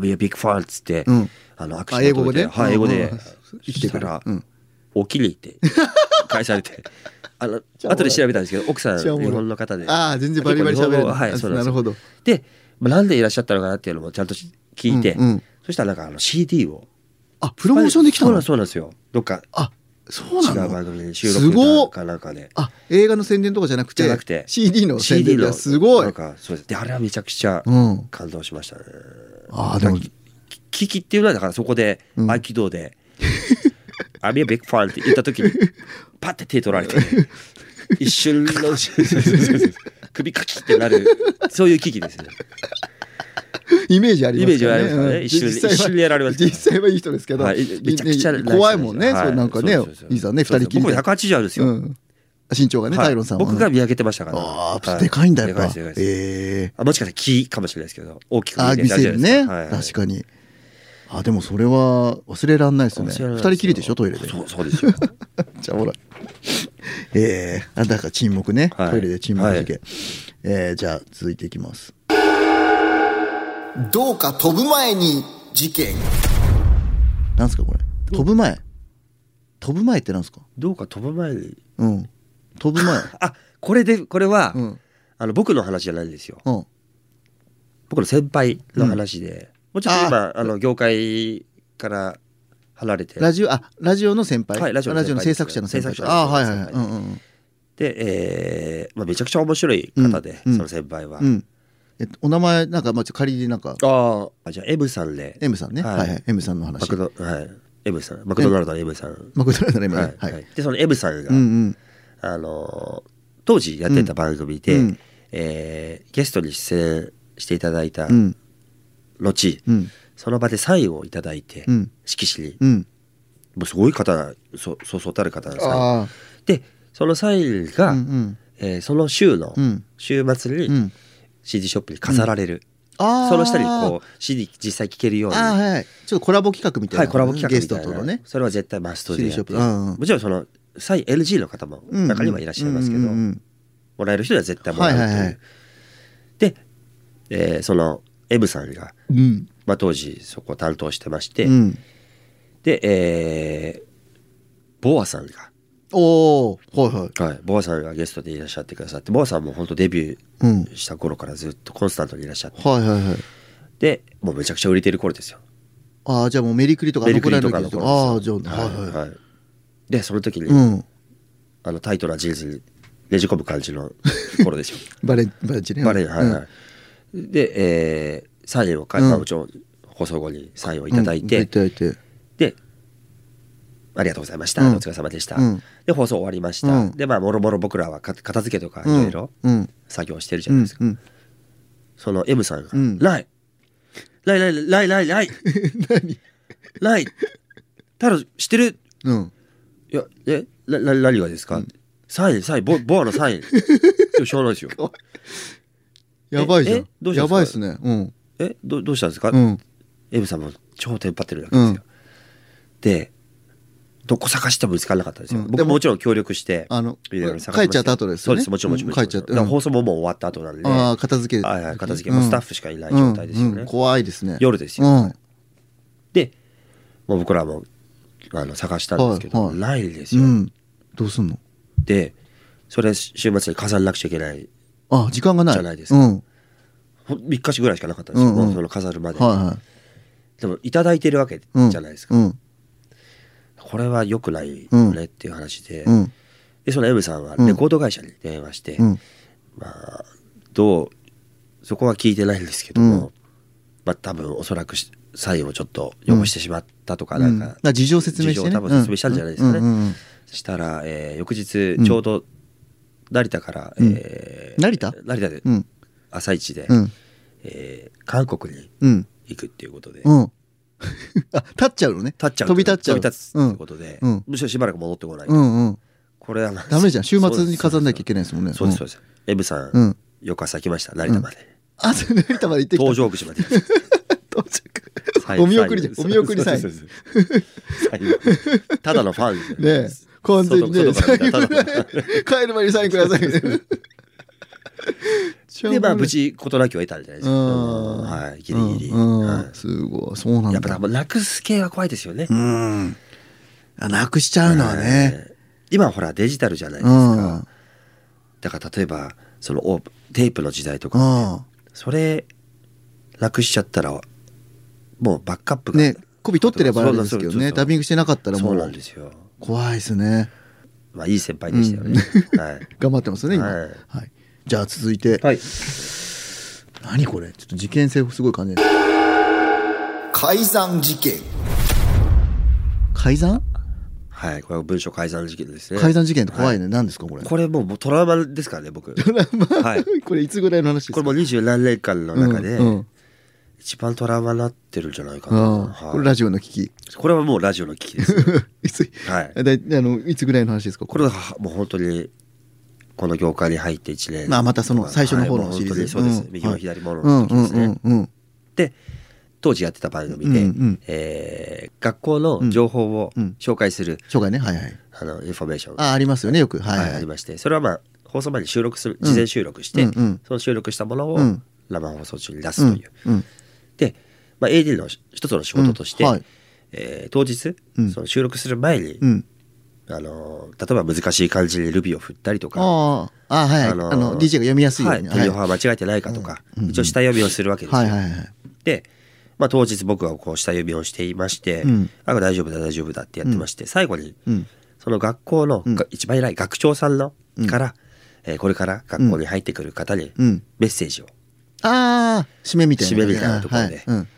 Speaker 3: い、I'm a big fan」っつって、
Speaker 2: うん
Speaker 3: あの握手
Speaker 2: あ
Speaker 3: を
Speaker 2: 英語で
Speaker 3: はい英語で
Speaker 2: うん生
Speaker 3: そ
Speaker 2: き
Speaker 3: して
Speaker 2: く
Speaker 3: た
Speaker 2: る
Speaker 3: ら
Speaker 2: うん
Speaker 3: 「おきに」って 返されてあの
Speaker 2: じゃあ
Speaker 3: 後で調べたんですけど奥さん
Speaker 2: じゃあもう
Speaker 3: 日本の方で
Speaker 2: ああ全然バリバリ
Speaker 3: 結構
Speaker 2: 喋
Speaker 3: 日
Speaker 2: れ
Speaker 3: 本語ははいそうな
Speaker 2: な
Speaker 3: んで
Speaker 2: る
Speaker 3: すよ
Speaker 2: ほど
Speaker 3: で、まあ、なんでいらっしゃったのかなっていうのもちゃんとし聞いて、
Speaker 2: うんうん
Speaker 3: そしたらなんかあの CD を
Speaker 2: あプロモーションできたの
Speaker 3: そうなんですよそうなんですよどっか
Speaker 2: あそう
Speaker 3: 違
Speaker 2: な
Speaker 3: う番
Speaker 2: の
Speaker 3: 組で収
Speaker 2: すごっ
Speaker 3: 録かなんかで、
Speaker 2: あ映画の宣伝とかじゃなくて
Speaker 3: じゃなくて
Speaker 2: CD の宣
Speaker 3: CD
Speaker 2: 伝
Speaker 3: の
Speaker 2: だすご
Speaker 3: ないんかそうですであれはめちゃくちゃ
Speaker 2: うん
Speaker 3: 感動しましたね、
Speaker 2: ああでも
Speaker 3: なんかきききっていうのはだからそこで
Speaker 2: うん
Speaker 3: 合気道で 「アミアビッグファン」って言った時にパッて手取ら れて一瞬のうち首かきってなるそういう危機ですね
Speaker 2: イメージありますからね。
Speaker 3: イメージはありますからね
Speaker 2: うん
Speaker 3: 一瞬で
Speaker 2: 実際は
Speaker 3: 一瞬でやられますから
Speaker 2: 実際はいい人ですけど、
Speaker 3: はいめちゃくちゃ
Speaker 2: ね怖いもんね、
Speaker 3: は
Speaker 2: そうなんかね、
Speaker 3: そうですそうです
Speaker 2: いいさんね、二
Speaker 3: そ
Speaker 2: 人
Speaker 3: うです
Speaker 2: きり
Speaker 3: 僕
Speaker 2: で。
Speaker 3: も180あるんですよ、
Speaker 2: うん身長がね、
Speaker 3: はい
Speaker 2: タイロンさんは
Speaker 3: 僕が見上げてましたから
Speaker 2: ああ、
Speaker 3: はい
Speaker 2: でかいんだ、やっぱ
Speaker 3: でかいです。でかいです
Speaker 2: ええ
Speaker 3: あもしかしたら木かもしれないですけど大きく
Speaker 2: ああ、
Speaker 3: 見え
Speaker 2: 見
Speaker 3: てた
Speaker 2: せ
Speaker 3: んじゃ
Speaker 2: る
Speaker 3: ないで
Speaker 2: ね。
Speaker 3: すかはい
Speaker 2: 確かに。あ、でもそれは忘れらんないですね。
Speaker 3: 忘れられ
Speaker 2: 二
Speaker 3: ないですよ
Speaker 2: 人きりでしょ、トイレで。
Speaker 3: そうそうですよ
Speaker 2: じゃあほら。 ええあ、だから沈黙ね。
Speaker 3: はい
Speaker 2: トイレで沈黙事件。
Speaker 3: は
Speaker 2: ええじゃあ続いていきます。
Speaker 4: どうか飛ぶ前に事件
Speaker 2: なんすか、これ。飛ぶ前。飛ぶ前ってなんすか
Speaker 3: どうか飛ぶ前に
Speaker 2: うん。飛ぶ 前。
Speaker 3: あこれでこれは、
Speaker 2: うん。
Speaker 3: あの僕の話じゃないんですよ
Speaker 2: うん。
Speaker 3: 僕の先輩の話で、もうちょっと今あの業界から離れて
Speaker 2: ラジオ、あ、ラジオの先輩。
Speaker 3: はいラジオの先輩
Speaker 2: 制作者の先輩。
Speaker 3: 制作者
Speaker 2: あ、
Speaker 3: の
Speaker 2: はい
Speaker 3: 先輩
Speaker 2: はいはい。うんうん
Speaker 3: で、えーまあ、めちゃくちゃ面白い方で、
Speaker 2: うんうん
Speaker 3: その先輩は、
Speaker 2: うん。うん。えっと、お名前、なんか、まあ、ちょ仮になんか、
Speaker 3: ああじゃあ M さんで
Speaker 2: M さんね。は
Speaker 3: はいい
Speaker 2: はい。M さんの話
Speaker 3: マ。クド、はい、M さんマクドナルドの M さん、
Speaker 2: マクドナルドの M
Speaker 3: は
Speaker 2: ね
Speaker 3: い。
Speaker 2: は。
Speaker 3: はいい、でその M さんが、
Speaker 2: うんうん。
Speaker 3: あのー当時やってた番組で、
Speaker 2: うん
Speaker 3: えーゲストに出演していただいた
Speaker 2: うん。
Speaker 3: 後、
Speaker 2: うん。
Speaker 3: その場でサインをいただいて、
Speaker 2: うん
Speaker 3: 色紙に、
Speaker 2: うん。
Speaker 3: もうすごい方そそうそうたる方なんですよ
Speaker 2: あ
Speaker 3: でそのサインが、
Speaker 2: あ。うんうん。
Speaker 3: えーその週の
Speaker 2: うん
Speaker 3: 週末
Speaker 2: う
Speaker 3: に
Speaker 2: ん。
Speaker 3: CD ショップに飾られる、
Speaker 2: ああ。
Speaker 3: その下にこう CD 実際聴けるように
Speaker 2: ああ、はいはい。ちょっとコラボ企画みたいな。
Speaker 3: はい、コラボ企画
Speaker 2: ゲ
Speaker 3: み
Speaker 2: スト
Speaker 3: たい
Speaker 2: と
Speaker 3: な、
Speaker 2: のね。
Speaker 3: それは絶対マストでやって
Speaker 2: CD ショップうんうん
Speaker 3: もちろんそのサイン LG の方も
Speaker 2: うん
Speaker 3: 中にはいらっしゃいますけど、
Speaker 2: うんうんうん
Speaker 3: もらえる人には絶対もらえるという、
Speaker 2: はいはいはい
Speaker 3: で、えーその M さんが、
Speaker 2: うん。
Speaker 3: まあ、当時そこを担当してまして、
Speaker 2: うん。
Speaker 3: で、えーボアさんが、
Speaker 2: おおはいはい。
Speaker 3: はい、ボアさんがゲストでいらっしゃってくださってボアさんも本当デビュ
Speaker 2: うん
Speaker 3: ーした頃からずっとコンスタントにいらっしゃって、
Speaker 2: はいはいはい。
Speaker 3: でもうめちゃくちゃ売れてる頃ですよ
Speaker 2: ああ、じゃあもうメリクリとか
Speaker 3: メリクリとか
Speaker 2: あ
Speaker 3: の頃です
Speaker 2: あー、じゃ
Speaker 3: よ
Speaker 2: あ、はいはい。
Speaker 3: はいでその時に、
Speaker 2: うん。
Speaker 3: あのタイトなジーンズにねじ込む感じ の頃ですよ
Speaker 2: バレン、バレンチね。
Speaker 3: バレーはい
Speaker 2: うん
Speaker 3: はい、で、えーサインを書い
Speaker 2: うん
Speaker 3: まあもちろん放送後にサインをいただいて、
Speaker 2: うんいただいて。
Speaker 3: でありがとうございました、
Speaker 2: うん
Speaker 3: お疲れ様でした、
Speaker 2: うん
Speaker 3: で放送終わりました、
Speaker 2: うん
Speaker 3: でまあもろもろ僕らはか片付けとかい
Speaker 2: うん
Speaker 3: ろいろ
Speaker 2: うん。
Speaker 3: 作業してるじ
Speaker 2: う
Speaker 3: ゃない
Speaker 2: ん
Speaker 3: ですか、
Speaker 2: うん。
Speaker 3: その M さんが「
Speaker 2: うん
Speaker 3: ないないないないないない
Speaker 2: 何
Speaker 3: ない太郎知ってる
Speaker 2: うん。
Speaker 3: いやえなな何がですかサインサインボボアのサ インでもしょうがないですよ
Speaker 2: やばいじゃ
Speaker 3: え
Speaker 2: ん。
Speaker 3: どうしたんです
Speaker 2: や
Speaker 3: か
Speaker 2: ばいっすね。うん。
Speaker 3: えどどうしたんですか、
Speaker 2: うん。
Speaker 3: エブさんも超テンパってるわけですよ、でどこ探しても見つからなかったんですよ、
Speaker 2: うんで
Speaker 3: 僕
Speaker 2: も
Speaker 3: もちろん協力して
Speaker 2: あの
Speaker 3: いろいろ探しました
Speaker 2: 帰っちゃった後ですよね
Speaker 3: そうですもちろんもちろん
Speaker 2: 帰っちゃった
Speaker 3: だから
Speaker 2: うん
Speaker 3: 放送ももう終わった後なんで
Speaker 2: ああ、片付け
Speaker 3: はいはい片付け
Speaker 2: うん
Speaker 3: もうスタッフしかいない状態ですよね
Speaker 2: うんうん怖いですね。
Speaker 3: 夜ですよ
Speaker 2: うん。
Speaker 3: でもう僕らもあの探したんですけど、
Speaker 2: はいはい
Speaker 3: ないです
Speaker 2: う
Speaker 3: よ、
Speaker 2: ん。どうすんの
Speaker 3: でそれ週末に飾らなくちゃいけない
Speaker 2: あ、時間がない。
Speaker 3: じゃないですか
Speaker 2: うん。
Speaker 3: ほん3日しぐらいしかなかったんですよ、
Speaker 2: うんうん
Speaker 3: もうその飾るまで、
Speaker 2: はいはい。
Speaker 3: でもいただいてるわけじ
Speaker 2: うん。
Speaker 3: ゃないですか、
Speaker 2: うん。
Speaker 3: これは良くない
Speaker 2: うん
Speaker 3: よねっていう話で、
Speaker 2: うん。
Speaker 3: でその M さんはレコード会社に電話して、
Speaker 2: うん。
Speaker 3: まあ、どうそこは聞いてないんですけども、
Speaker 2: うん
Speaker 3: まあ多分おそらくしサインをちょっと汚してしまったとか、
Speaker 2: うん
Speaker 3: なんか、
Speaker 2: あ事情説明してね
Speaker 3: 事情を多分説明したんじゃないですかね、
Speaker 2: うんうんうんうん
Speaker 3: そしたら、えー翌日ちょうど成田から、
Speaker 2: うん
Speaker 3: えー
Speaker 2: 成田
Speaker 3: 成田で、
Speaker 2: うん
Speaker 3: 朝一で、
Speaker 2: うん。
Speaker 3: えー韓国に
Speaker 2: うん。
Speaker 3: 行くっていうことで、
Speaker 2: うん。 あ、立っちゃうのね。
Speaker 3: 立っちゃう
Speaker 2: 飛び立っちゃう。
Speaker 3: 飛び立つっていうことで、
Speaker 2: うんうん
Speaker 3: むしろしばらく戻ってこない、
Speaker 2: うんうん。
Speaker 3: これはまあ
Speaker 2: ダメじゃん。週末に飾んなきゃいけないですもんね。
Speaker 3: そうですそううんです、エブさん、
Speaker 2: うん
Speaker 3: 4日先来ました成田まで、
Speaker 2: あ、そう成田まで行ってきた。
Speaker 3: 搭乗口まで
Speaker 2: 到着。
Speaker 3: 最後
Speaker 2: お見送りじゃん
Speaker 3: 最
Speaker 2: お
Speaker 3: 後
Speaker 2: 見送りサイン
Speaker 3: そうそうそうそう最後ただのファンですよ
Speaker 2: ねえ完全にね、
Speaker 3: 外か
Speaker 2: 最
Speaker 3: ら見た
Speaker 2: 後
Speaker 3: らただの
Speaker 2: ね帰る前にサインくださいみたいな。
Speaker 3: でまあ無事事なきを得たんじゃないですか、
Speaker 2: うん
Speaker 3: はいギ
Speaker 2: う
Speaker 3: リ
Speaker 2: ん、
Speaker 3: ギリ、
Speaker 2: うん
Speaker 3: は
Speaker 2: すごい、そうないん
Speaker 3: やっぱ
Speaker 2: だ。
Speaker 3: ななくす系は怖いですよね、
Speaker 2: うん。あなくしちゃうのはね。
Speaker 3: 今ほらデジタルじゃないです
Speaker 2: う
Speaker 3: か、
Speaker 2: ん。うん。
Speaker 3: だから例えばそのおテープの時代とかそれなくしちゃったらもうバックアップが
Speaker 2: ね、コピー取ってればあれですけど
Speaker 3: そうそうそう
Speaker 2: ね、
Speaker 3: そう
Speaker 2: ダビングしてなかったら
Speaker 3: そ
Speaker 2: も
Speaker 3: うなん
Speaker 2: う
Speaker 3: ですよ
Speaker 2: 怖いですね。
Speaker 3: まあいい先輩でしたよね、はい
Speaker 2: 頑張ってますね、今。
Speaker 3: は
Speaker 2: はいい。じゃあ続いて、
Speaker 3: はい
Speaker 2: 何これちょっと事件性すごい感じる。
Speaker 4: 改ざん事件
Speaker 2: 改ざん
Speaker 3: はい、これは文書改ざん事件ですね。
Speaker 2: 改ざん事件って怖いね。何ですかこれ。
Speaker 3: これもうもうトラウマですからね、僕。トラウマはい。
Speaker 2: これいつぐらいの話ですか
Speaker 3: これもう二十何年間の中で
Speaker 2: うんうん
Speaker 3: 一番トラウマになってるんじゃないかな。
Speaker 2: うん
Speaker 3: はい
Speaker 2: これラジオの聞き。
Speaker 3: これはもうラジオの危機ですね。
Speaker 2: いつ、
Speaker 3: はい
Speaker 2: だいあのいつぐらいの話ですか
Speaker 3: これはもう本当にこの業界に入って一年。
Speaker 2: まあまたその最初の方のシリーズ、
Speaker 3: はいもう本当にそうです。
Speaker 2: ん
Speaker 3: 右も左も
Speaker 2: う
Speaker 3: の
Speaker 2: ん
Speaker 3: 時
Speaker 2: うん
Speaker 3: ですね。
Speaker 2: うんうん
Speaker 3: で当時やってた番組で、
Speaker 2: うんうん
Speaker 3: えー学校の情報を
Speaker 2: うん
Speaker 3: 紹介する、
Speaker 2: 初回ねはいはい
Speaker 3: あのインフォメーション
Speaker 2: あありますよねよくはい
Speaker 3: はい、
Speaker 2: は
Speaker 3: あ
Speaker 2: い、
Speaker 3: りましてそれはまあ放送前に収録する事前収録し
Speaker 2: う
Speaker 3: て、
Speaker 2: んうん
Speaker 3: その収録したものを
Speaker 2: うん
Speaker 3: 生放送中に出
Speaker 2: う
Speaker 3: すと
Speaker 2: ん
Speaker 3: いう、
Speaker 2: うん
Speaker 3: で、まあ、AD の一つの仕事として、
Speaker 2: うんはい
Speaker 3: えー当日、
Speaker 2: うん
Speaker 3: その収録する前に、
Speaker 2: うん
Speaker 3: あのー例えば難しい漢字にルビを振ったりとか。
Speaker 2: ああああはい、はい、あの DJ が読みやすいように、
Speaker 3: はい、手法は間違えてないかとか、
Speaker 2: うんうん
Speaker 3: 一応下読みをするわけですよ、
Speaker 2: はいはいはい
Speaker 3: で、まあ、当日僕はこう下読みをしていまして、
Speaker 2: うん
Speaker 3: あ大丈夫だ大丈夫だってやってまして、最後に
Speaker 2: うん
Speaker 3: その学校の、
Speaker 2: うん
Speaker 3: が一番偉い学長さんの、
Speaker 2: うん
Speaker 3: から、えーこれから学校に入ってくる方に
Speaker 2: うん
Speaker 3: メッセージを、
Speaker 2: ああ締めみたいな
Speaker 3: 締めみたいなところ
Speaker 2: は
Speaker 3: で
Speaker 2: いうん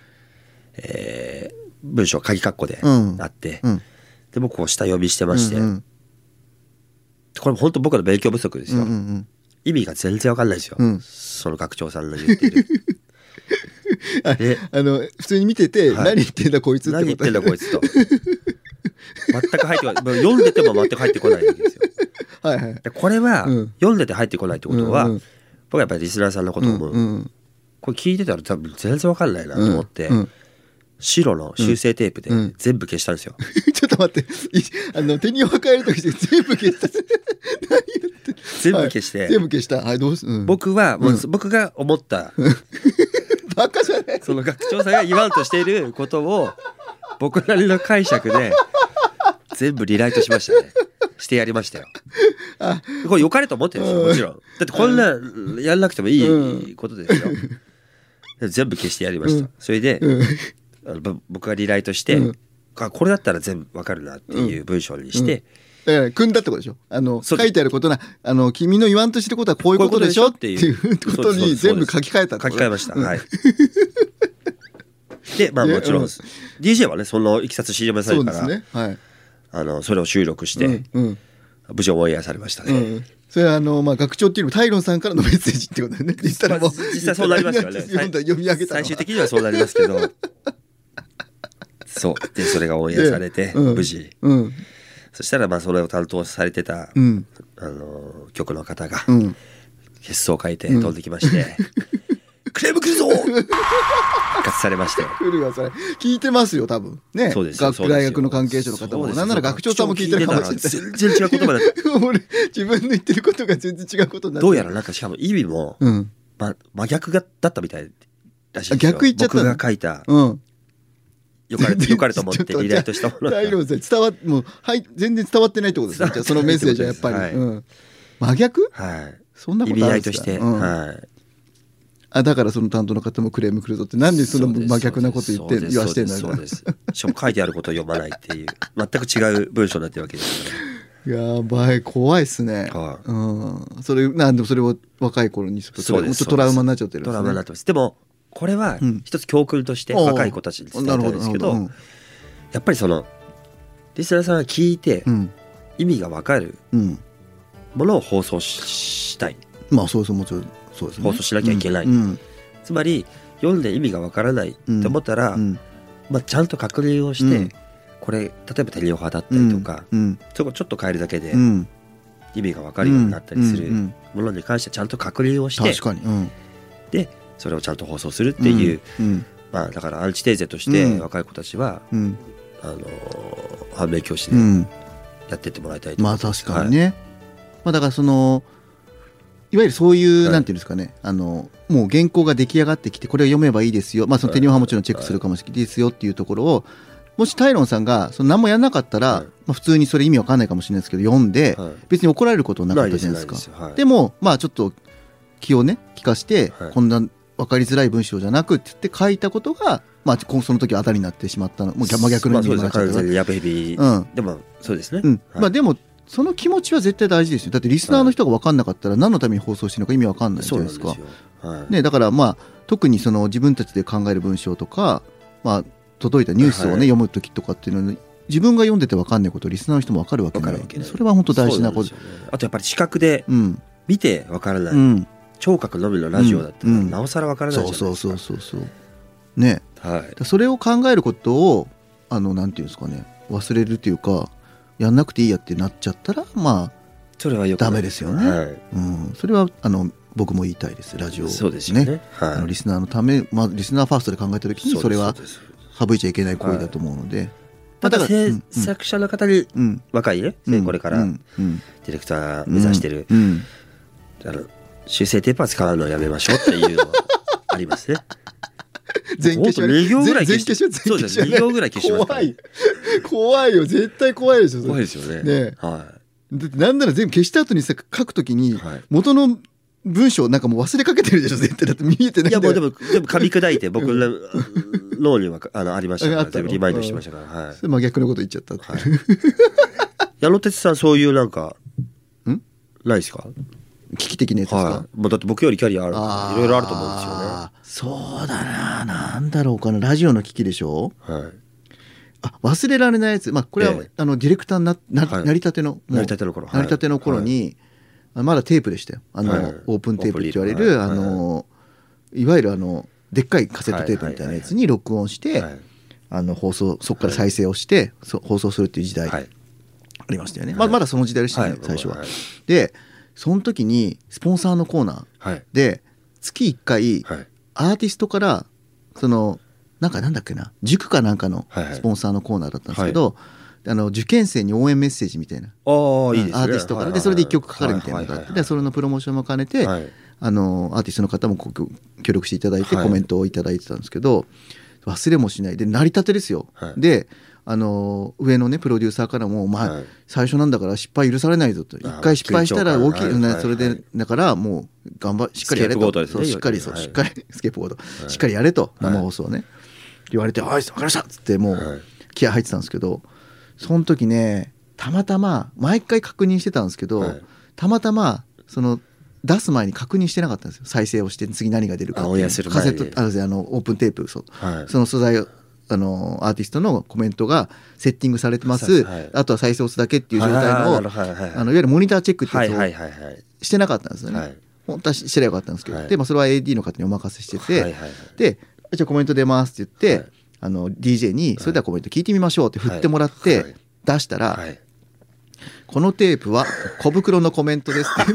Speaker 3: えー文章鍵括弧で
Speaker 2: うん
Speaker 3: あって、
Speaker 2: うん
Speaker 3: で僕を下読みしてまして、
Speaker 2: うんうん
Speaker 3: これ本当僕の勉強不足です
Speaker 2: うん
Speaker 3: よ、
Speaker 2: うん
Speaker 3: 意味が全然わかんないですよ、
Speaker 2: うん
Speaker 3: その学長さんの言って いる
Speaker 2: あ
Speaker 3: で
Speaker 2: あの普通に見てて、
Speaker 3: はい
Speaker 2: 何言ってんだこいつって
Speaker 3: 何言
Speaker 2: こ
Speaker 3: って
Speaker 2: と
Speaker 3: んだこいつと全く入ってこないもう読んでても全く入ってこないわけですよ
Speaker 2: はいはい
Speaker 3: でこれは、
Speaker 2: うん
Speaker 3: 読んでて入ってこないってことは、
Speaker 2: うんうん
Speaker 3: 僕はやっぱりリスナーさんのことを思う、
Speaker 2: うん
Speaker 3: これ聞いてたら多分全然わかんないなと思って、
Speaker 2: うんうん
Speaker 3: 白の修正テープで
Speaker 2: うん
Speaker 3: 全部消したんですよ、
Speaker 2: ちょっと待って、いあの手に分かえるとき全部消した。何言って
Speaker 3: 全部消して
Speaker 2: はい全部消した。はい、どうす、うん、
Speaker 3: 僕はもう、僕が思った
Speaker 2: バカじゃない。
Speaker 3: その学長さんが言わんとしていることを僕なりの解釈で全部リライトしましたねしてやりましたよこれ良かれと思ってるんですよもちろんだってこんなやんなくてもいいことですよ全部消してやりました、それで、あのぼ僕がリライトして、あこれだったら全部わかるなっていう文章にして、
Speaker 2: だから組んだってことでしょ。あの
Speaker 3: そ
Speaker 2: 書
Speaker 3: うです
Speaker 2: いてあることな、あの君の言わんとしてることはこういうことでしょっていうことに全部書き換えたってこ
Speaker 3: 書き
Speaker 2: と
Speaker 3: 換えました、
Speaker 2: うん
Speaker 3: はいでまあ
Speaker 2: ね
Speaker 3: もちろん
Speaker 2: うん
Speaker 3: DJ はねそのいきさつ知りませ
Speaker 2: そ
Speaker 3: ん
Speaker 2: う
Speaker 3: か
Speaker 2: です
Speaker 3: ら、
Speaker 2: ね。はい。
Speaker 3: あのそれを収録して、
Speaker 2: うんうん
Speaker 3: 無事オンエアされましたね、
Speaker 2: うん。それはあのまあ学長っていうよりもタイロンさんからのメッセージってことだよ ね。実際
Speaker 3: まあ
Speaker 2: もう
Speaker 3: 実際そうなりますよね
Speaker 2: 読んだ 読み上げたのは
Speaker 3: 最終的にはそうなりますけど そうでそれがオンエアされて、
Speaker 2: うん
Speaker 3: 無事
Speaker 2: うん
Speaker 3: そしたらまあそれを担当されてた、
Speaker 2: うん
Speaker 3: あの曲の方が
Speaker 2: うん。
Speaker 3: 血相を書いて飛んでき まして「クレーム来るぞ!」復活されまして
Speaker 2: 来るわそれ聞いてますよ多分ね
Speaker 3: そうですよ
Speaker 2: 学大学の関係者の方
Speaker 3: そう
Speaker 2: も
Speaker 3: です
Speaker 2: な
Speaker 3: よ
Speaker 2: んなら学長さんも聞いてるかもしれない
Speaker 3: 全然違う言葉だっ
Speaker 2: 俺自分の言ってることが全然違うことになってる
Speaker 3: どうやらなんかしかも意味も、
Speaker 2: うん
Speaker 3: ま、真逆がだったみたいらしいです
Speaker 2: あ
Speaker 3: よ
Speaker 2: 逆言っちゃったの
Speaker 3: 僕が書いた
Speaker 2: うん
Speaker 3: よかれよかれと思ってリライトしたものが
Speaker 2: 大郎さん伝わっもうはい全然伝わってないってことですねじゃあそのメッセージはやっぱり、
Speaker 3: はい
Speaker 2: うん真逆
Speaker 3: はい
Speaker 2: そんな
Speaker 3: 意
Speaker 2: こと
Speaker 3: 味
Speaker 2: あ
Speaker 3: 合
Speaker 2: るん
Speaker 3: い
Speaker 2: で
Speaker 3: と
Speaker 2: す
Speaker 3: し
Speaker 2: か
Speaker 3: て、
Speaker 2: うん
Speaker 3: はい
Speaker 2: あだからその担当の方もクレーム来るぞってなんでそんな
Speaker 3: うです
Speaker 2: 真逆なこと言って
Speaker 3: そうです
Speaker 2: 言わしてんだ
Speaker 3: そ
Speaker 2: ろ
Speaker 3: う
Speaker 2: う
Speaker 3: ですそうですしかも書いてあることを読まないっていう全く違う文章になってるわけですか
Speaker 2: やばい怖いっすね、
Speaker 3: は
Speaker 2: うんそれなんでもそれを若い頃にそ
Speaker 3: ら
Speaker 2: れもちょっとトラウマになっちゃってるん
Speaker 3: ト
Speaker 2: ですね
Speaker 3: ラウマになってますでもこれは
Speaker 2: うん
Speaker 3: 一つ教訓として
Speaker 2: おう
Speaker 3: 若い子たちに伝えたいんですけど
Speaker 2: なるほ
Speaker 3: やっぱりそのリスナーさんが聞いて
Speaker 2: どうん
Speaker 3: 意味が分かる
Speaker 2: うん、うん
Speaker 3: ものを放送ししたい
Speaker 2: まあそうそうもちろんそうですね
Speaker 3: 放送しなきゃいけない
Speaker 2: うん
Speaker 3: つまり読んで意味が分からないって思ったら、
Speaker 2: うん
Speaker 3: まあ、ちゃんと確認をして、
Speaker 2: うん
Speaker 3: これ例えばテレオ派だった
Speaker 2: う
Speaker 3: り
Speaker 2: ん
Speaker 3: とか、
Speaker 2: うん
Speaker 3: そこちょっと変えるだけで
Speaker 2: うん
Speaker 3: 意味が分かるようになったり
Speaker 2: う
Speaker 3: す
Speaker 2: んう
Speaker 3: る
Speaker 2: ん
Speaker 3: ものに関してはちゃんと確認をして
Speaker 2: 確かにうん
Speaker 3: でそれをちゃんと放送するっていう、
Speaker 2: うん
Speaker 3: まあ、だからアンチテーゼとして、
Speaker 2: うん
Speaker 3: 若い子たちは
Speaker 2: うん。
Speaker 3: あのー反面教師
Speaker 2: う
Speaker 3: で
Speaker 2: ん。
Speaker 3: やってってもらいたいと
Speaker 2: ま
Speaker 3: 思い
Speaker 2: あ
Speaker 3: す
Speaker 2: 確かに、ね。まあだからその、いわゆるそういう、なんていうんですかね、あの、もう原稿が出来上がってきて、これを読めばいいですよ。まあその手にはもちろんチェックするかもしれないですよっていうところを、もしタイロンさんがその何もやらなかったら、
Speaker 3: はい
Speaker 2: まあ普通にそれ意味わかんないかもしれないですけど、読んで、
Speaker 3: はいはい
Speaker 2: 別に怒られることなかったじゃないですか。
Speaker 3: ない
Speaker 2: で
Speaker 3: も
Speaker 2: も、まあちょっと気をね、聞かして、
Speaker 3: はい
Speaker 2: こんな分かりづらい文章じゃなくって言って書いたことが、まあ、こその時あたりになってしまったの、もう逆真逆の意味に
Speaker 3: ま
Speaker 2: な
Speaker 3: あ
Speaker 2: っちゃ
Speaker 3: そ
Speaker 2: っ
Speaker 3: うで
Speaker 2: た
Speaker 3: すね完全
Speaker 2: か
Speaker 3: にやべへび、
Speaker 2: ら。うん。
Speaker 3: でもそうですね、
Speaker 2: うん。
Speaker 3: はい
Speaker 2: まあでも、その気持ちは絶対大事ですよ。だってリスナーの人が分かんなかったら何のために放送してるのか意味分かんないじゃ
Speaker 3: そう
Speaker 2: な
Speaker 3: ないん
Speaker 2: で
Speaker 3: ですす
Speaker 2: か
Speaker 3: よ。、はい
Speaker 2: ね、だからまあ、特にその自分たちで考える文章とか、まあ、届いたニュースをね、
Speaker 3: はい
Speaker 2: 読む時とかっていうのに、自分が読んでて分かんないことをリスナーの人も分かるわけな
Speaker 3: わか
Speaker 2: い
Speaker 3: るわけない
Speaker 2: それは本当大事なこと
Speaker 3: そう。んですよねあとやっぱり視覚で
Speaker 2: うん。
Speaker 3: 見てわからない、
Speaker 2: うん。
Speaker 3: 聴覚のみのラジオだったら、
Speaker 2: うん
Speaker 3: なおさらわからないじゃ
Speaker 2: そ
Speaker 3: ないうですか
Speaker 2: そうそうそうそう。ね。
Speaker 3: はい
Speaker 2: だそれを考えることをあのなんていうんですかね忘れるというかやんなくていいやってなっちゃったらま
Speaker 3: それはよくない
Speaker 2: ダメですよね
Speaker 3: はい
Speaker 2: あ、うん、それはあの僕も言いたいですラジオを
Speaker 3: そうですよねはい
Speaker 2: あのリスナーのため、まあ、リスナーファーストで考えた時にそれは
Speaker 3: うですそうです
Speaker 2: 省いちゃいけない行為だと思うので、
Speaker 3: ただ制
Speaker 2: うん
Speaker 3: 作者の方に
Speaker 2: うん
Speaker 3: 若いね、
Speaker 2: うん
Speaker 3: これから
Speaker 2: う
Speaker 3: デ
Speaker 2: んうん
Speaker 3: ィレクター目指してる、
Speaker 2: うん
Speaker 3: あの修正テープは使うのをやめましょうっていう のはありますね。
Speaker 2: 全消しは
Speaker 3: ほんと二行ぐらい
Speaker 2: 全全消しは全消しは
Speaker 3: 消しそうです二行ぐらい消しますから
Speaker 2: 怖い怖いよ絶対怖いでしょそれ
Speaker 3: 怖いですよ
Speaker 2: ね
Speaker 3: ね。
Speaker 2: え
Speaker 3: は
Speaker 2: だってなんなら全部消した後にさ書くときに
Speaker 3: はい。
Speaker 2: 元の文章なんかもう忘れかけてるでしょ絶対だって見えてないい
Speaker 3: いやもうで
Speaker 2: も
Speaker 3: もでも噛み砕いて僕の脳にはあのありましたか
Speaker 2: ああ
Speaker 3: ら
Speaker 2: ったの
Speaker 3: 全部リマインドしてましたから。はい。
Speaker 2: 真逆のこと言っちゃったって
Speaker 3: はい、矢野哲さんそういうなんか
Speaker 2: ん
Speaker 3: ないですか。
Speaker 2: 危機的なやつですか、
Speaker 3: はい。もうだって僕よりキャリアあるからいろいろあると思うんですよ
Speaker 2: ですよねそうだななんだろうかなラジオの危機でしょ
Speaker 3: ね。はい。
Speaker 2: あ忘れられないやつまあこれは、
Speaker 3: ええ
Speaker 2: あのディレクターになな,、
Speaker 3: はい
Speaker 2: なりたてのもう
Speaker 3: 成り立ての頃はい
Speaker 2: 成り立ての頃に、あまだテープでしたよあの、
Speaker 3: はい
Speaker 2: オープンテープって言われる、
Speaker 3: オー
Speaker 2: あ
Speaker 3: プンリール
Speaker 2: のいわゆるあのでっかいカセットテープみたいなやつに録音して、
Speaker 3: はい
Speaker 2: あの放送そこから再生をして、そ放送するっていう時代
Speaker 3: は
Speaker 2: あ
Speaker 3: い。
Speaker 2: りましたよね、
Speaker 3: はい
Speaker 2: まあまだその時代でしたね、
Speaker 3: はい
Speaker 2: 最初は。
Speaker 3: はい
Speaker 2: でその時にスポンサーのコーナー
Speaker 3: はい。
Speaker 2: で月1回
Speaker 3: はい。
Speaker 2: アーティストからそのなんかなんだっけな塾かなんかの
Speaker 3: はいはい
Speaker 2: スポンサーのコーナーだったんですけど、あの受験生に応援メッセージみたいな。
Speaker 3: ああいいですね。
Speaker 2: アーティストから、でそれで1曲かかるみたいなのがあって、でそれのプロモーションも兼ねて、
Speaker 3: はい
Speaker 2: あのアーティストの方もこう協力していただいて
Speaker 3: はい
Speaker 2: コメントをいただいてたんですけど、忘れもしないで成り立てですよ、
Speaker 3: はい
Speaker 2: であの上のねプロデューサーからも「お前、
Speaker 3: はい
Speaker 2: 最初なんだから失敗許されないぞ」と「
Speaker 3: あー
Speaker 2: 一回失敗したら大きい、
Speaker 3: 緊張感
Speaker 2: ね
Speaker 3: はい
Speaker 2: それ
Speaker 3: は
Speaker 2: で
Speaker 3: い
Speaker 2: だからもう頑張しっかりやれ
Speaker 3: スケープゴ
Speaker 2: と
Speaker 3: ー」トですね
Speaker 2: そうしっかり
Speaker 3: いわ
Speaker 2: そう、
Speaker 3: ゆる
Speaker 2: しっかり スケープゴート、
Speaker 3: はい
Speaker 2: しっかりやれと
Speaker 3: はい
Speaker 2: 生放送ね、言われて「はい分かりました」っつってもう、
Speaker 3: はい
Speaker 2: 気合入ってたんですけどその時ねたまたま毎回確認してたんですけど、
Speaker 3: はい
Speaker 2: たまたまその出す前に確認してなかったんですよ再生をして次何が出るかっていう
Speaker 3: あオンエアする
Speaker 2: カ
Speaker 3: 前
Speaker 2: セ
Speaker 3: に
Speaker 2: ットあのあのオープンテープそう
Speaker 3: はい
Speaker 2: その素材をあのアーティストのコメントがセッティングされてます、
Speaker 3: はい
Speaker 2: あとは再生押すだけっていう状態の
Speaker 3: あーな
Speaker 2: あ
Speaker 3: るほどはいはいは
Speaker 2: の
Speaker 3: い
Speaker 2: いわゆるモニターチェックって
Speaker 3: はいいうはい
Speaker 2: の
Speaker 3: はいはい
Speaker 2: をしてなかったんですよね、
Speaker 3: はい
Speaker 2: 本当はししてりゃよかったんですけど、
Speaker 3: はい
Speaker 2: で、まあ、それは AD の方にお任せしてて、
Speaker 3: はいはいはい
Speaker 2: で「じゃあコメント出ます」って言って、
Speaker 3: はい
Speaker 2: あの DJ に「それではコメント聞いてみましょう」って振ってもらって、
Speaker 3: はいはい
Speaker 2: 出したら、
Speaker 3: はい
Speaker 2: このテープは小袋のコメントです」って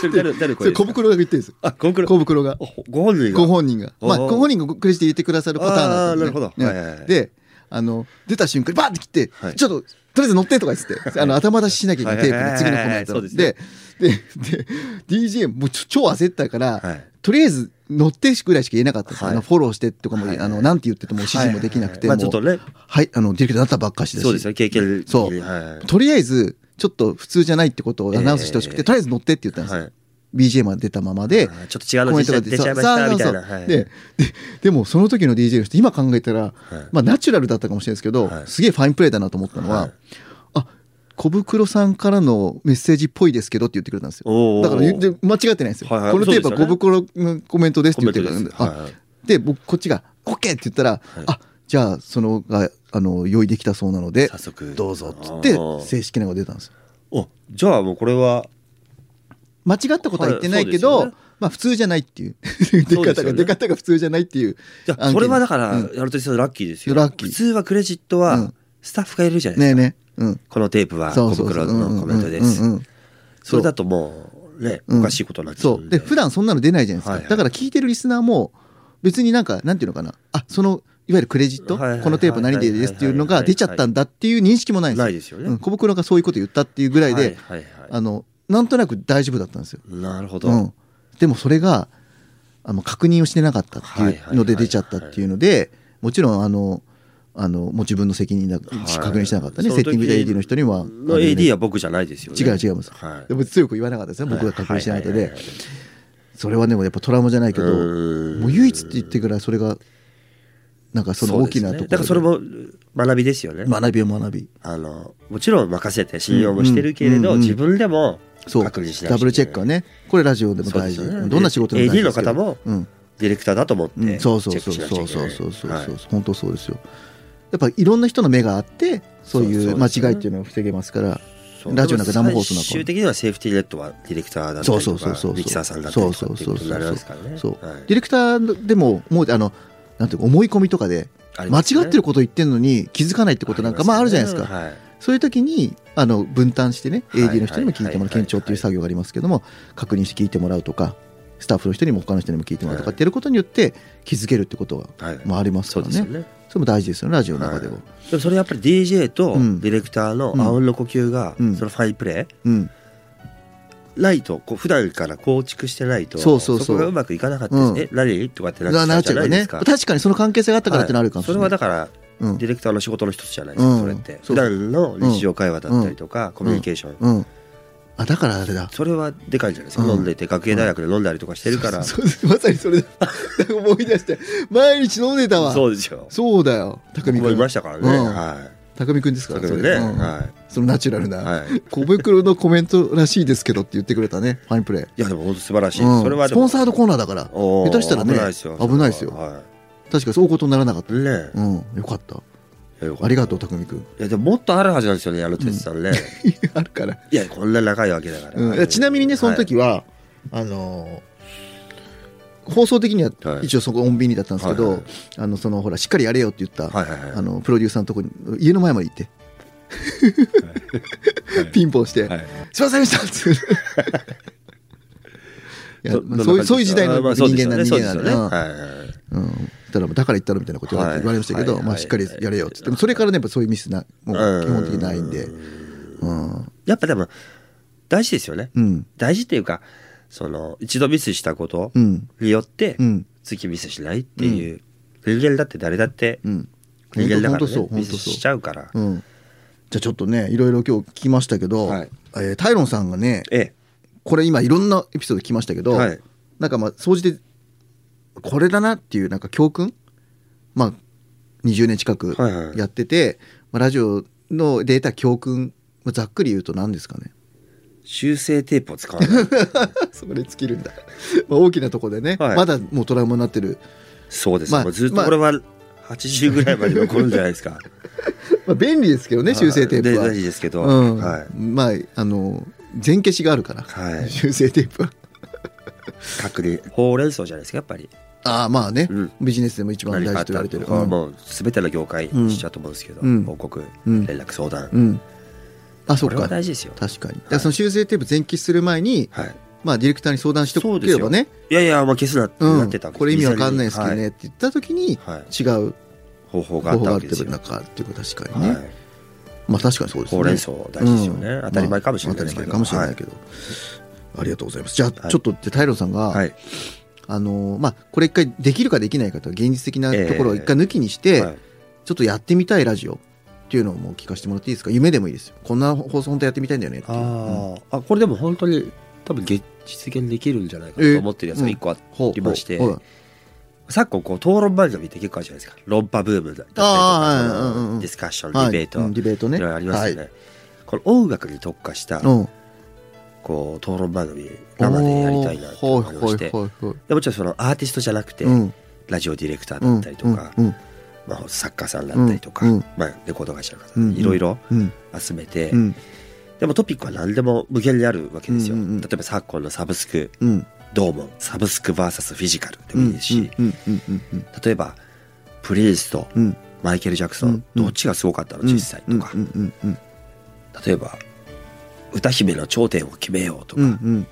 Speaker 3: それ誰誰
Speaker 2: そ
Speaker 3: これ
Speaker 2: れ小袋が言ってるんですよ
Speaker 3: あ小袋
Speaker 2: 小袋が
Speaker 3: あほご本人が
Speaker 2: ご本人が
Speaker 3: おー
Speaker 2: まあご本人がクレジット入れてくださるパターンだったんですね
Speaker 3: あーなるほどはいはいはい
Speaker 2: であの出た瞬間にバーって切って、
Speaker 3: はい
Speaker 2: ちょっととりあえず乗ってとか言っててあの頭出ししなきゃいけないテープの次のコメントの
Speaker 3: はいはいはいはいそうです
Speaker 2: で
Speaker 3: ね
Speaker 2: でで DJ もうちょ超焦ったから、
Speaker 3: はい
Speaker 2: とりあえず乗ってぐらいしか言えなかったんですよ、
Speaker 3: は
Speaker 2: あ
Speaker 3: い
Speaker 2: のフォローしてとかも、
Speaker 3: はい
Speaker 2: あのなんて言ってても指示もできなくて、
Speaker 3: まあ
Speaker 2: も
Speaker 3: ちょ
Speaker 2: う
Speaker 3: っとね
Speaker 2: はい、あのディレクターになったばっかしだし
Speaker 3: そうですね経験
Speaker 2: そう
Speaker 3: はいはい
Speaker 2: とりあえずちょっと普通じゃないってことをアナウンスしてほしくて、
Speaker 3: ええ
Speaker 2: とりあえず乗ってって言ったんですよ、
Speaker 3: はい
Speaker 2: BGM は出たままで
Speaker 3: あーちょっと違うの出ちゃ出ちゃいましたみたいなはい
Speaker 2: でででもその時の DJ の人今考えたら、まあ、ナチュラルだったかもしれないですけど、
Speaker 3: はい
Speaker 2: すげえファインプレーだなと思ったのは、
Speaker 3: はい
Speaker 2: あ小袋さんからのメッセージっぽいですけどって言ってくれたんですよ
Speaker 3: おー
Speaker 2: だから言って間違ってないんですよ、
Speaker 3: はいはい
Speaker 2: このテープは小袋のコメントですって
Speaker 3: コ
Speaker 2: 言
Speaker 3: メ
Speaker 2: っ
Speaker 3: ン
Speaker 2: て
Speaker 3: ト
Speaker 2: く
Speaker 3: で
Speaker 2: れたん
Speaker 3: す
Speaker 2: で
Speaker 3: はい
Speaker 2: あ
Speaker 3: はい
Speaker 2: で僕こっちが「OK!」って言ったら「
Speaker 3: はい
Speaker 2: あじゃあそのがあの用意できたそうなので
Speaker 3: 早速
Speaker 2: どうぞ」っつって
Speaker 3: あー
Speaker 2: 正式なのが出たんですよ
Speaker 3: おじゃあもうこれは
Speaker 2: 間違ったことは言ってないけど、
Speaker 3: はいそうですよね
Speaker 2: まあ普通じゃないっていう 出
Speaker 3: そうで
Speaker 2: 方が、
Speaker 3: すよ
Speaker 2: 出
Speaker 3: ね
Speaker 2: 方が普通じゃないっていう
Speaker 3: じゃ
Speaker 2: 案件
Speaker 3: あそれはだから
Speaker 2: う
Speaker 3: や
Speaker 2: ん
Speaker 3: るとさんラッキーですよ
Speaker 2: ラッキー
Speaker 3: 普通はクレジット
Speaker 2: う
Speaker 3: は
Speaker 2: ん
Speaker 3: スタッフがいるじゃな
Speaker 2: ね
Speaker 3: いで
Speaker 2: え
Speaker 3: すか
Speaker 2: ねうん
Speaker 3: このテープは
Speaker 2: そ
Speaker 3: 小
Speaker 2: うそうそ
Speaker 3: 袋
Speaker 2: ううん
Speaker 3: のコメントです
Speaker 2: うんうんうん
Speaker 3: それだともうね
Speaker 2: うん
Speaker 3: おかしいことになっちゃ
Speaker 2: そううんで普段そんなの出ないじゃないですか、
Speaker 3: はいはい
Speaker 2: だから聞いてるリスナーも別になんかなんていうのかなあそのいわゆるクレジット
Speaker 3: はいはいはい
Speaker 2: このテープ何でですっていうのが出ちゃったんだっていう認識もないんですよ
Speaker 3: ないですよね。
Speaker 2: うん、小袋がそういうこと言ったっていうぐらいで、
Speaker 3: はいはいは
Speaker 2: あのなんとなく大丈夫だったんですよ、
Speaker 3: い、なるほど、
Speaker 2: うん、でもそれがあの確認をしてなかったっていうので出ちゃったっていうのでもちろんあのあのもう自分の責任だ、
Speaker 3: い
Speaker 2: 確認してなかったね
Speaker 3: そ
Speaker 2: セッテ
Speaker 3: の時
Speaker 2: ィングで AD の人には
Speaker 3: の
Speaker 2: あの
Speaker 3: AD は僕じゃないですよね。
Speaker 2: 違う違います
Speaker 3: はい
Speaker 2: でも強く言わなかったですね僕が確認してないとで、
Speaker 3: はいはいはいはい
Speaker 2: それはでもやっぱトラウマじゃないけど
Speaker 3: うん
Speaker 2: もう唯一って言ってからそれがなんかその大きなところ
Speaker 3: そうですねだからそれも学びですよね、
Speaker 2: 学びを学び
Speaker 3: あのもちろん任せて信用もしてるけれど、
Speaker 2: うんうんうんうん
Speaker 3: 自分でも
Speaker 2: そう
Speaker 3: 確認しなきゃいけない
Speaker 2: ダブルチェックはねこれラジオでも大事、
Speaker 3: そうですよね
Speaker 2: どんな仕事でも大事ですけど
Speaker 3: AD の方も
Speaker 2: うん
Speaker 3: ディレクターだと思ってチ
Speaker 2: う
Speaker 3: ェ
Speaker 2: ん、そうそう
Speaker 3: ッ
Speaker 2: そ
Speaker 3: ク
Speaker 2: う
Speaker 3: し
Speaker 2: そ
Speaker 3: な
Speaker 2: う
Speaker 3: きゃ
Speaker 2: そ
Speaker 3: いうけない
Speaker 2: そうそうそう、
Speaker 3: はい
Speaker 2: 本当そうですよやっぱいろんな人の目があってそうい
Speaker 3: そうう
Speaker 2: 間
Speaker 3: そうですね
Speaker 2: 違いっていうのを防げますから
Speaker 3: そう
Speaker 2: ラジオなんか生放送なんかも
Speaker 3: 最終的にはセーフティーネットはディレクターだったり
Speaker 2: そ
Speaker 3: と
Speaker 2: うそうそうそうそ
Speaker 3: か
Speaker 2: う
Speaker 3: ミキサーさんだったりとかっていうことになりますからね
Speaker 2: そう、
Speaker 3: はい
Speaker 2: ディレクターでももうあのなんていうか思い込みとかで
Speaker 3: あり
Speaker 2: 間
Speaker 3: ま
Speaker 2: 違
Speaker 3: すね
Speaker 2: ってること言ってんのに気づかないってことなんかまああるじゃないですか、
Speaker 3: はい
Speaker 2: そういう時にあの分担してね
Speaker 3: はい
Speaker 2: AD の人にも聞いてもらう
Speaker 3: はいはいはい
Speaker 2: 検証っていう作業がありますけども確認して聞いてもらうとかスタッフの人にも他の人にも聞いてもらうとか
Speaker 3: はい
Speaker 2: ってやることによって気づけるってことは
Speaker 3: はい
Speaker 2: まああります
Speaker 3: そ
Speaker 2: か
Speaker 3: う
Speaker 2: らね
Speaker 3: です
Speaker 2: そ
Speaker 3: よね
Speaker 2: れも大事ですよねラジオの中でも、
Speaker 3: はいでもそれやっぱり DJ とデ
Speaker 2: うん
Speaker 3: ィレクターの
Speaker 2: うん
Speaker 3: あうんの呼吸が、
Speaker 2: うん
Speaker 3: そのファインプレ
Speaker 2: うん
Speaker 3: ーないとこう普段から構築してないと
Speaker 2: そうそうそう
Speaker 3: こがうまくいかなかったです、
Speaker 2: うん
Speaker 3: え何とかってなっち
Speaker 2: な
Speaker 3: ゃ
Speaker 2: な
Speaker 3: う
Speaker 2: っ
Speaker 3: じ
Speaker 2: ちゃ
Speaker 3: ゃ
Speaker 2: うから
Speaker 3: ないで
Speaker 2: ね
Speaker 3: すか。
Speaker 2: 確かにその関係性があったからってなるかもし
Speaker 3: そ
Speaker 2: れ
Speaker 3: れ
Speaker 2: ない、
Speaker 3: はだから
Speaker 2: うん
Speaker 3: ディレクターの仕事の一つじゃないですか、
Speaker 2: うん
Speaker 3: それって
Speaker 2: そう
Speaker 3: 普段の日常会話だったりとか、コミュニケーション、
Speaker 2: うんあだからあれだ
Speaker 3: それはでかいんじゃないですか、
Speaker 2: うん
Speaker 3: 飲んでて学芸大学で飲んだりとかしてるから、
Speaker 2: そうそうまさにそれだ思い出して毎日飲んでたわ
Speaker 3: そうですよ
Speaker 2: そうだよ匠
Speaker 3: 僕も
Speaker 2: 君
Speaker 3: いましたからね、
Speaker 2: うん
Speaker 3: は
Speaker 2: 匠君です
Speaker 3: い
Speaker 2: か
Speaker 3: だ
Speaker 2: らそ
Speaker 3: けどね、
Speaker 2: れうん
Speaker 3: は
Speaker 2: そのナチュラルな、
Speaker 3: い、はい、い
Speaker 2: 小袋のコメントらしいですけどって言ってくれたね、ファインプレー。
Speaker 3: やでも本当素晴らしい、
Speaker 2: うん
Speaker 3: それは
Speaker 2: ス
Speaker 3: で
Speaker 2: ポン
Speaker 3: も
Speaker 2: サードコーナーだから、
Speaker 3: おー
Speaker 2: 下手したらね
Speaker 3: 危ないですよ
Speaker 2: 危ないですよ
Speaker 3: は
Speaker 2: 確かにそういうことにならなかった。
Speaker 3: い、ね
Speaker 2: うん、よかった。
Speaker 3: えよかった
Speaker 2: ありがとう、匠君。
Speaker 3: いやでももっとあるはずなんですよねあの哲さんね、
Speaker 2: あるから。
Speaker 3: いやこんな長いわけだから、
Speaker 2: うん、ちなみにね、その時
Speaker 3: は
Speaker 2: は、あのー放送的には
Speaker 3: はい
Speaker 2: 一応そこ穏便にだったんですけど、
Speaker 3: はいはい
Speaker 2: あのそのほらしっかりやれよって言った、
Speaker 3: はいはいはい
Speaker 2: あのプロデューサーのとこに家の前まで行って、ピンポンして、
Speaker 3: はいはい
Speaker 2: すいませんでしたっつっ ていや
Speaker 3: ど
Speaker 2: まあそういうそういう時代の
Speaker 3: どんな
Speaker 2: 人
Speaker 3: 感じです
Speaker 2: 間
Speaker 3: か
Speaker 2: なん
Speaker 3: あまあ
Speaker 2: で人間なん
Speaker 3: そうですよね
Speaker 2: でうん
Speaker 3: はいはいはい
Speaker 2: うん、たらだから言ったらみたいなこと言われ
Speaker 3: はい
Speaker 2: 言われましたけど、
Speaker 3: はい
Speaker 2: ま
Speaker 3: は
Speaker 2: あ、
Speaker 3: い
Speaker 2: しっかりやれよってでもそれからねやっぱそういうミスなもう基本的にないんで、うん
Speaker 3: やっぱでも大事ですよね、
Speaker 2: うん
Speaker 3: 大事っていうかその一度ミスしたこと
Speaker 2: うん
Speaker 3: によって、
Speaker 2: うん
Speaker 3: 次ミスしないっていう、人間だって誰だって
Speaker 2: うん
Speaker 3: 人間だ
Speaker 2: 本
Speaker 3: か
Speaker 2: 当
Speaker 3: ら、
Speaker 2: そう
Speaker 3: ね、
Speaker 2: 本
Speaker 3: ミ
Speaker 2: 当
Speaker 3: ス
Speaker 2: そう
Speaker 3: しちゃうから、
Speaker 2: うん、じゃあちょっとねいろいろ今日聞きましたけど、
Speaker 3: はい
Speaker 2: えータイロンさんがね
Speaker 3: え
Speaker 2: これ今いろんなエピソード聞きましたけ
Speaker 3: え
Speaker 2: ど、
Speaker 3: はい
Speaker 2: なんかまあ総じてこれだなっていうなんか教訓まあ20年近く
Speaker 3: はいはい
Speaker 2: やってて、まあ、ラジオのデータ教訓まあざっくり言うと何です かね
Speaker 3: 修正テープを使 わない
Speaker 2: それ尽きるんだ、 まあ、大きなとこでね、
Speaker 3: はい
Speaker 2: まだもうトラウマになってる、
Speaker 3: そうです、
Speaker 2: まあ
Speaker 3: もうずっとこれは80ぐらいまで残るんじゃないですか
Speaker 2: まあ、便利ですけどね修正テープは、
Speaker 3: 大事ですけど、
Speaker 2: うん
Speaker 3: はい、
Speaker 2: まああの全消しがあるから、
Speaker 3: はい
Speaker 2: 修正テープは
Speaker 3: 隔離ほうれん草じゃないですかやっぱり
Speaker 2: ああまあね、
Speaker 3: うん
Speaker 2: ビジネスでも一番
Speaker 3: 何
Speaker 2: 大
Speaker 3: かあ
Speaker 2: 事
Speaker 3: っ
Speaker 2: と言わ
Speaker 3: た
Speaker 2: れて
Speaker 3: り
Speaker 2: る
Speaker 3: とか、もう全ての業界
Speaker 2: うん
Speaker 3: しちゃうと思うんですけど、
Speaker 2: うん
Speaker 3: 報告、
Speaker 2: うん
Speaker 3: 連絡相談、
Speaker 2: うん、うんあそ
Speaker 3: こ
Speaker 2: っ
Speaker 3: れは
Speaker 2: か
Speaker 3: 大事ですよ
Speaker 2: 確かに、だからその修正テープ全消しする前に、
Speaker 3: はい
Speaker 2: まあ、ディレクターに相談して
Speaker 3: そ
Speaker 2: お
Speaker 3: う
Speaker 2: け
Speaker 3: です
Speaker 2: れ
Speaker 3: よ
Speaker 2: ばね
Speaker 3: いやいや、まあ、消すなって
Speaker 2: う、
Speaker 3: なんってたわけ
Speaker 2: これ意味わかんないですけど
Speaker 3: は
Speaker 2: ねって言った時に、
Speaker 3: はい
Speaker 2: 違う
Speaker 3: 方法があ
Speaker 2: 方
Speaker 3: っ
Speaker 2: 法が
Speaker 3: た
Speaker 2: あ
Speaker 3: わ
Speaker 2: っ
Speaker 3: け
Speaker 2: て
Speaker 3: ですよ、
Speaker 2: なかっていうことは確かにね、
Speaker 3: はい、
Speaker 2: まあ確かにそうですね
Speaker 3: ほうれん草大事ですよね当たり前かもしれな
Speaker 2: ま
Speaker 3: いで
Speaker 2: あ当たり
Speaker 3: すけど
Speaker 2: 前かもしれないけど、ありがとうございますじゃあ、
Speaker 3: はい
Speaker 2: ちょっとで平野さんが、
Speaker 3: はい
Speaker 2: あのーまあこれ一回できるかできないかという現実的なところを一回抜きにして、
Speaker 3: はい
Speaker 2: ちょっとやってみたいラジオっていうのをもう聞かせてもらっていいですか夢でもいいですよこんな放送本当やってみたいんだよねって
Speaker 3: あ
Speaker 2: いう、うん
Speaker 3: ーあこれでも本当に多分現実現できるんじゃないかなと思ってるやつが1個あ
Speaker 2: ほう
Speaker 3: りまして、
Speaker 2: ほうほう
Speaker 3: 昨今こう討論番組って結構あるじゃないですか論破ブームだったりと
Speaker 2: あー
Speaker 3: か
Speaker 2: はい
Speaker 3: そ
Speaker 2: うんうん
Speaker 3: のディスカッション、
Speaker 2: はい
Speaker 3: ディベート、
Speaker 2: うんディベートね
Speaker 3: いろいろありますよね、この音楽に特化した
Speaker 2: うん
Speaker 3: こう討論番組生でやりたいなと思いまして
Speaker 2: ほうほうほうほう
Speaker 3: でもちろんそのアーティストじゃなくて、
Speaker 2: うん
Speaker 3: ラジオディレクターだったりとか、
Speaker 2: うんうん
Speaker 3: まあ、作家さんだったりとか、
Speaker 2: うん
Speaker 3: まあ、レコード会社の方
Speaker 2: うん
Speaker 3: いろいろ
Speaker 2: うん
Speaker 3: 集めて、
Speaker 2: うん
Speaker 3: でもトピックは何でも無限にあるわけですよ、
Speaker 2: うんうんうん
Speaker 3: 例えば昨今のサブスク
Speaker 2: うん
Speaker 3: どうもサブスク VS フィジカルで
Speaker 2: う
Speaker 3: もいい
Speaker 2: ん
Speaker 3: ですし、
Speaker 2: うんうんうんうん
Speaker 3: 例えばプリンスと
Speaker 2: うん
Speaker 3: マイケル・ジャクソ
Speaker 2: う
Speaker 3: ン
Speaker 2: ん、うん
Speaker 3: どっちがすごかったの実際とか
Speaker 2: う、んうんうん
Speaker 3: 例えば歌姫の頂点を決めようと
Speaker 2: うんうん
Speaker 3: か、
Speaker 2: うん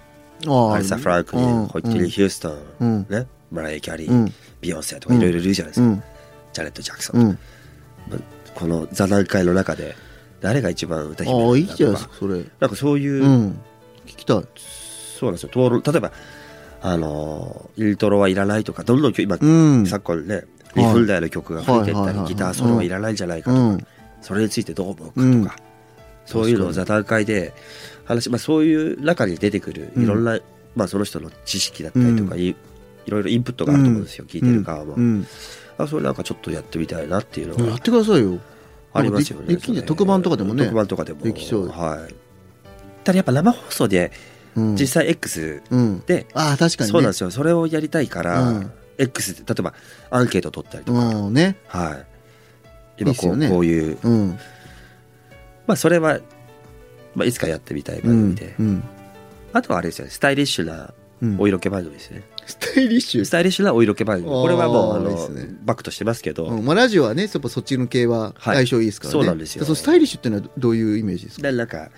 Speaker 2: あー
Speaker 3: アリサ・フランクリン、ホイットニー・ヒュースト
Speaker 2: うん
Speaker 3: ン、ね、マライア・キャリー、
Speaker 2: うん
Speaker 3: ビヨンセとかいろいろいるじゃないですか、
Speaker 2: うん
Speaker 3: ジャレット・ジャクソン、
Speaker 2: うん。
Speaker 3: まこの座談会の中で誰が一番歌姫
Speaker 2: ああ、いい
Speaker 3: なんだ
Speaker 2: じゃ
Speaker 3: と
Speaker 2: ないで
Speaker 3: か
Speaker 2: すか、それ。
Speaker 3: なんかそういう、
Speaker 2: うん。聞きたい。
Speaker 3: そうなんですよ討論例えばあのーイントロはいらないとかどんどん今、
Speaker 2: うん。
Speaker 3: 昨今ね
Speaker 2: い
Speaker 3: リフンダイの曲が増えてっ
Speaker 2: は
Speaker 3: た
Speaker 2: いはいはい
Speaker 3: り
Speaker 2: はい
Speaker 3: ギターソロはいらないんじゃないか
Speaker 2: う
Speaker 3: とか、
Speaker 2: ん。
Speaker 3: それについてどう思うかとか、
Speaker 2: うん
Speaker 3: そういうのを座談会で話、まあ、そういう中に出てくる
Speaker 2: うん
Speaker 3: いろんな、まあ、その人の知識だったりとか
Speaker 2: う
Speaker 3: い,、ろいろインプットがあると思うんですよ、聞いてる側も、
Speaker 2: うん。
Speaker 3: あそれなんかちょっとやってみたいなっていう
Speaker 2: うん
Speaker 3: の
Speaker 2: や
Speaker 3: は
Speaker 2: ってくださいよ。
Speaker 3: ありますよ
Speaker 2: なんか
Speaker 3: ね
Speaker 2: できんじゃん特番とかでもね
Speaker 3: 特番とかでも
Speaker 2: できそう
Speaker 3: はいただやっぱ生放送で
Speaker 2: うん。
Speaker 3: 実際 X
Speaker 2: うん。
Speaker 3: で、
Speaker 2: ああ、確かにね。
Speaker 3: そうなんですよそれをやりたいから、
Speaker 2: うん
Speaker 3: X で例えばアンケート取ったりとか、
Speaker 2: うん、ね。
Speaker 3: はい今
Speaker 2: いいっす
Speaker 3: こ
Speaker 2: よ
Speaker 3: う
Speaker 2: ね
Speaker 3: こういう
Speaker 2: うん。
Speaker 3: まあそれは、まあ、いつかやってみたい番組で、
Speaker 2: うん。
Speaker 3: あとはあれですよねスタイリッシュな
Speaker 2: うん
Speaker 3: お色気番組ですね、
Speaker 2: スタイリッシ
Speaker 3: ス。タイリッシュなお色気番組
Speaker 2: あー
Speaker 3: これはもうあの
Speaker 2: いいですね
Speaker 3: バックとしてますけど、
Speaker 2: うんまあ、ラジオはね、やっぱそっちの系は
Speaker 3: は
Speaker 2: 相
Speaker 3: い
Speaker 2: 性いいですからね。
Speaker 3: そうなんですよ
Speaker 2: だからそのスタイリッシュってのはどういうイメージですか
Speaker 3: でなんか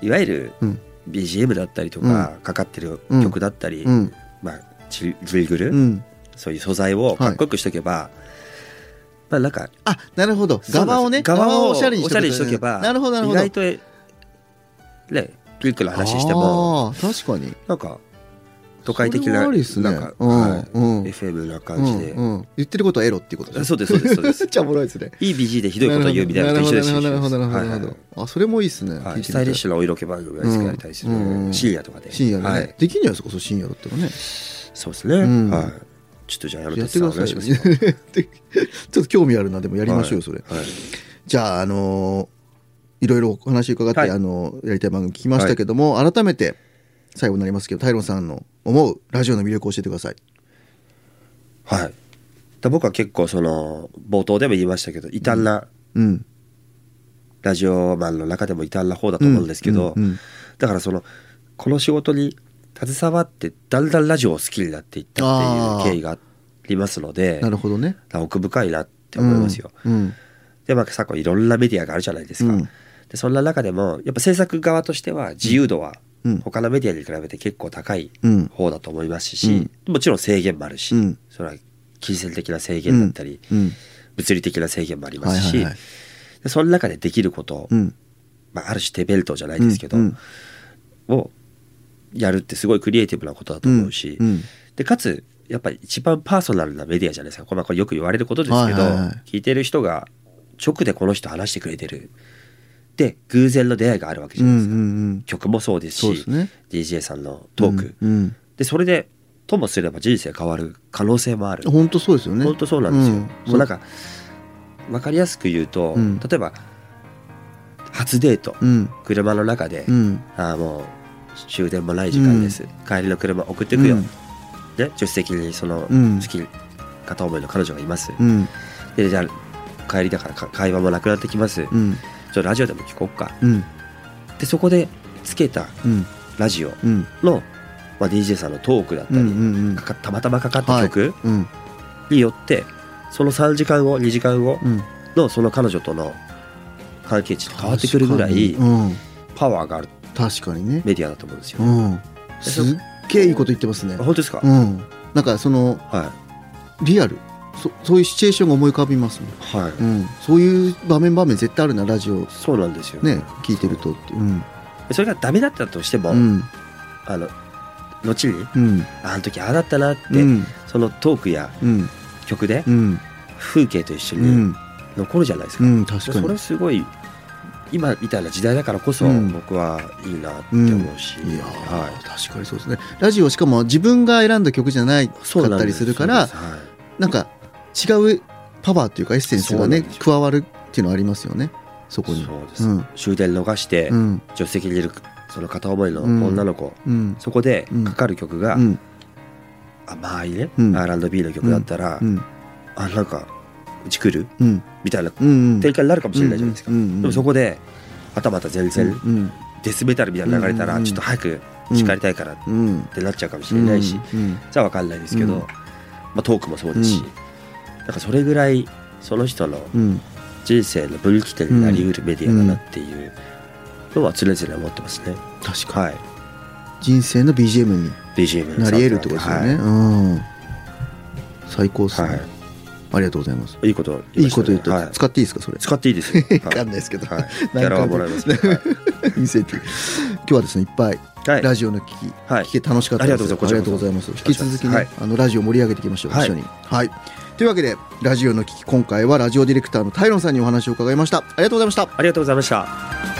Speaker 3: いわゆる
Speaker 2: うん
Speaker 3: BGM だったりとか、かかってる曲だったり、
Speaker 2: うん。
Speaker 3: まあジジングル、
Speaker 2: うん。
Speaker 3: そういう素材をかっこよくしとけば、まあなんか
Speaker 2: あ、なるほど。側をね、
Speaker 3: 側を
Speaker 2: お
Speaker 3: お
Speaker 2: し
Speaker 3: し
Speaker 2: ゃ
Speaker 3: ゃ
Speaker 2: れ
Speaker 3: れ
Speaker 2: に
Speaker 3: に
Speaker 2: し
Speaker 3: し
Speaker 2: とく
Speaker 3: とけば
Speaker 2: なるほど、なるほ
Speaker 3: 意
Speaker 2: ど。
Speaker 3: 外とえねクイックな話して
Speaker 2: あ
Speaker 3: も
Speaker 2: あ、確かに。
Speaker 3: なんか都会的
Speaker 2: それ
Speaker 3: な
Speaker 2: はありですね
Speaker 3: なんか、
Speaker 2: うん
Speaker 3: はい
Speaker 2: うん
Speaker 3: FM な感じで、
Speaker 2: うんうん言ってることはエロっていうこと
Speaker 3: そうですそうですそうです
Speaker 2: めっちゃおもろいですね。
Speaker 3: いい BG でひどいこと言うみたいなのと一緒です
Speaker 2: なるほど、なるほ
Speaker 3: 一緒です
Speaker 2: ど、なるほどなる
Speaker 3: はい
Speaker 2: ほど。あ、それもいいですね。
Speaker 3: は
Speaker 2: 聞
Speaker 3: い
Speaker 2: いてみたい
Speaker 3: スタイリッシュなお色気番組がいつかやりたいですね、
Speaker 2: うんうん
Speaker 3: 深夜とかで
Speaker 2: 深夜
Speaker 3: は
Speaker 2: ね。
Speaker 3: い、
Speaker 2: できんじゃないですか、そう深夜だったらね。
Speaker 3: そうですね、
Speaker 2: ん
Speaker 3: はいちょっとじゃあやる
Speaker 2: や
Speaker 3: と
Speaker 2: ってくださいよ。
Speaker 3: お願します
Speaker 2: ちょっと興味あるな、でもやりましょうよ、それ。
Speaker 3: はいはい
Speaker 2: じゃあ、あのーいろいろお話伺って、
Speaker 3: はい
Speaker 2: あのーやりたい番組聞きましたけども、改めて最後になりますけど、タイロンさんの思うラジオの魅力を教えてください。
Speaker 3: はいで僕は結構その冒頭でも言いましたけど異端な、
Speaker 2: うん。
Speaker 3: ラジオマンの中でも異端な方だと思うんですけど、
Speaker 2: うんうんうん
Speaker 3: だからそのこの仕事に携わってだんだんラジオを好きになっていったっていう経緯がありますので
Speaker 2: なるほどね。
Speaker 3: 奥深いなって思いますよ。
Speaker 2: うん。
Speaker 3: でまあ昨今いろんなメディアがあるじゃないですか。
Speaker 2: うん
Speaker 3: でそんな中でもやっぱ制作側としては自由度は
Speaker 2: うん
Speaker 3: 他のメディアに比べて結構高い
Speaker 2: うん
Speaker 3: 方だと思いますし、もちろん制限もあるし、
Speaker 2: うん
Speaker 3: それは金銭的な制
Speaker 2: う
Speaker 3: 限
Speaker 2: ん
Speaker 3: だったり、
Speaker 2: うん。
Speaker 3: 物理的な制限もありま
Speaker 2: はい
Speaker 3: すし、
Speaker 2: はいはい。
Speaker 3: でその中でできることを
Speaker 2: うん。
Speaker 3: まあ、ある種手ベルトじゃないですけど、
Speaker 2: うん
Speaker 3: をやるってすごいクリエイティブなことだと思うし、
Speaker 2: うんうん
Speaker 3: でかつやっぱり一番パーソナルなメディアじゃないですかこれはこれよく言われることですけど、
Speaker 2: はいはいはい
Speaker 3: 聞いてる人が直でこの人話してくれてるで偶然の出会いがあるわけじ
Speaker 2: う
Speaker 3: ゃ
Speaker 2: ん
Speaker 3: な
Speaker 2: うん
Speaker 3: いですか、
Speaker 2: うん。
Speaker 3: 曲もそうです
Speaker 2: そう
Speaker 3: し
Speaker 2: ですね
Speaker 3: DJ さんのトーク、
Speaker 2: うん。
Speaker 3: でそれでともすれば人生変わる可能性もある、
Speaker 2: 本当そうですよね。
Speaker 3: 本当そうなんですよ、
Speaker 2: うん
Speaker 3: もうなんか分かりやすく言うと、
Speaker 2: うん
Speaker 3: 例えば初デート、
Speaker 2: うん。
Speaker 3: 車の中で、
Speaker 2: うん。
Speaker 3: ああもう終電もない時間です、帰りの車送ってくよ、
Speaker 2: うん
Speaker 3: ね助手席にその
Speaker 2: うん
Speaker 3: 好き片思いの彼女がいます、
Speaker 2: うん。
Speaker 3: でじゃあ帰りだからか会話もなくなってきます、ちょ
Speaker 2: うん。
Speaker 3: っとラジオでも聞こっか
Speaker 2: うん。
Speaker 3: でそこでつけた
Speaker 2: うん。
Speaker 3: ラジオ
Speaker 2: うん。
Speaker 3: の、まあ、DJ さんのトークだった
Speaker 2: う
Speaker 3: り、
Speaker 2: ん。うん。
Speaker 3: かかたまたまかかった曲
Speaker 2: うん。
Speaker 3: によって、その3時間後2時間後
Speaker 2: うん。
Speaker 3: のその彼女との関係値って変わってくるぐらい
Speaker 2: うん。
Speaker 3: パワーがある
Speaker 2: 確かにね。
Speaker 3: メディアだと思うんですよ、
Speaker 2: うん。すっげえいいこと言ってますね
Speaker 3: あ。本当ですか、
Speaker 2: うん。なんかその
Speaker 3: はい
Speaker 2: リアル。そそういうシチュエーションが思い浮かびますもん。
Speaker 3: はい、
Speaker 2: うん。そういう場面場面絶対あるなラジオ
Speaker 3: そうなんですよ
Speaker 2: ね聞いてるとって。うん。
Speaker 3: それがダメだったとしても、
Speaker 2: うん。
Speaker 3: あの後に
Speaker 2: うん。
Speaker 3: あの時ああだったなって、
Speaker 2: うん。
Speaker 3: そのトークや
Speaker 2: うん。
Speaker 3: 曲で
Speaker 2: うん。
Speaker 3: 風景と一緒
Speaker 2: う
Speaker 3: に
Speaker 2: ん。
Speaker 3: 残るじゃないですか、
Speaker 2: うん。確か
Speaker 3: そ
Speaker 2: に
Speaker 3: れ。すごい今みたいな時代だからこそ、
Speaker 2: うん
Speaker 3: 僕はいいなって思うし、
Speaker 2: いやー、
Speaker 3: はい
Speaker 2: 確かにそうですねラジオしかも自分が選んだ曲じゃないか
Speaker 3: そう
Speaker 2: っ
Speaker 3: なん
Speaker 2: た
Speaker 3: で
Speaker 2: り
Speaker 3: す
Speaker 2: するから
Speaker 3: そうですはい
Speaker 2: なんか違うパワーというかエッセンスが
Speaker 3: そうな
Speaker 2: ね
Speaker 3: んですよ
Speaker 2: 加わるっていうのはありますよねそこに
Speaker 3: そうです、
Speaker 2: うん
Speaker 3: 終電逃して、
Speaker 2: うん
Speaker 3: 助手席にいるその片思いの
Speaker 2: うん
Speaker 3: 女の子、
Speaker 2: うん
Speaker 3: そこで
Speaker 2: うん
Speaker 3: かかる曲が、
Speaker 2: うん
Speaker 3: 甘いね、
Speaker 2: うん
Speaker 3: R&B の曲だったら、
Speaker 2: うん
Speaker 3: あなんかうち来る
Speaker 2: うん
Speaker 3: みたいな
Speaker 2: うん
Speaker 3: 展開になるかもしれないじゃないですか、
Speaker 2: うんうんうんうん
Speaker 3: でもそこではたまた全然
Speaker 2: うん
Speaker 3: デスメタルみたいなの流れた
Speaker 2: うん
Speaker 3: ら
Speaker 2: うん
Speaker 3: ちょっと早く叱りたいからっ
Speaker 2: うん
Speaker 3: てなっちゃうかもしれないし、
Speaker 2: うん
Speaker 3: じゃあ分かんないですけど、
Speaker 2: うん
Speaker 3: まあ、トークもそうですし、
Speaker 2: うん
Speaker 3: なんかそれぐらいその人の
Speaker 2: うん
Speaker 3: 人生の分岐点になりうるメディアだなっていうのは常々思ってますね、
Speaker 2: 確か
Speaker 3: はい
Speaker 2: 人生の BGM に
Speaker 3: BGM
Speaker 2: なり得るってことですよね、
Speaker 3: はい
Speaker 2: うん最高ですね、
Speaker 3: はい
Speaker 2: ありがとうございます
Speaker 3: いいこと言
Speaker 2: い
Speaker 3: ま
Speaker 2: い
Speaker 3: した
Speaker 2: こ
Speaker 3: ね
Speaker 2: と言った、
Speaker 3: はい
Speaker 2: 使っていいですかそれ
Speaker 3: 使っていいですよ
Speaker 2: わかんないですけど
Speaker 3: はいギャラはもらえますねはい
Speaker 2: インセンティブ今日はですねいっぱい
Speaker 3: はい
Speaker 2: ラジオの聞き、
Speaker 3: はい
Speaker 2: 聞け楽しかったです
Speaker 3: ありがとうございます
Speaker 2: ありがとうございます引き続きね、
Speaker 3: はい
Speaker 2: あのラジオ盛り上げていきましょう、
Speaker 3: はい
Speaker 2: 一緒にはいというわけでラジオの聞き今回はラジオディレクターのタイロンさんにお話を伺いましたありがとうございました
Speaker 3: ありがとうございました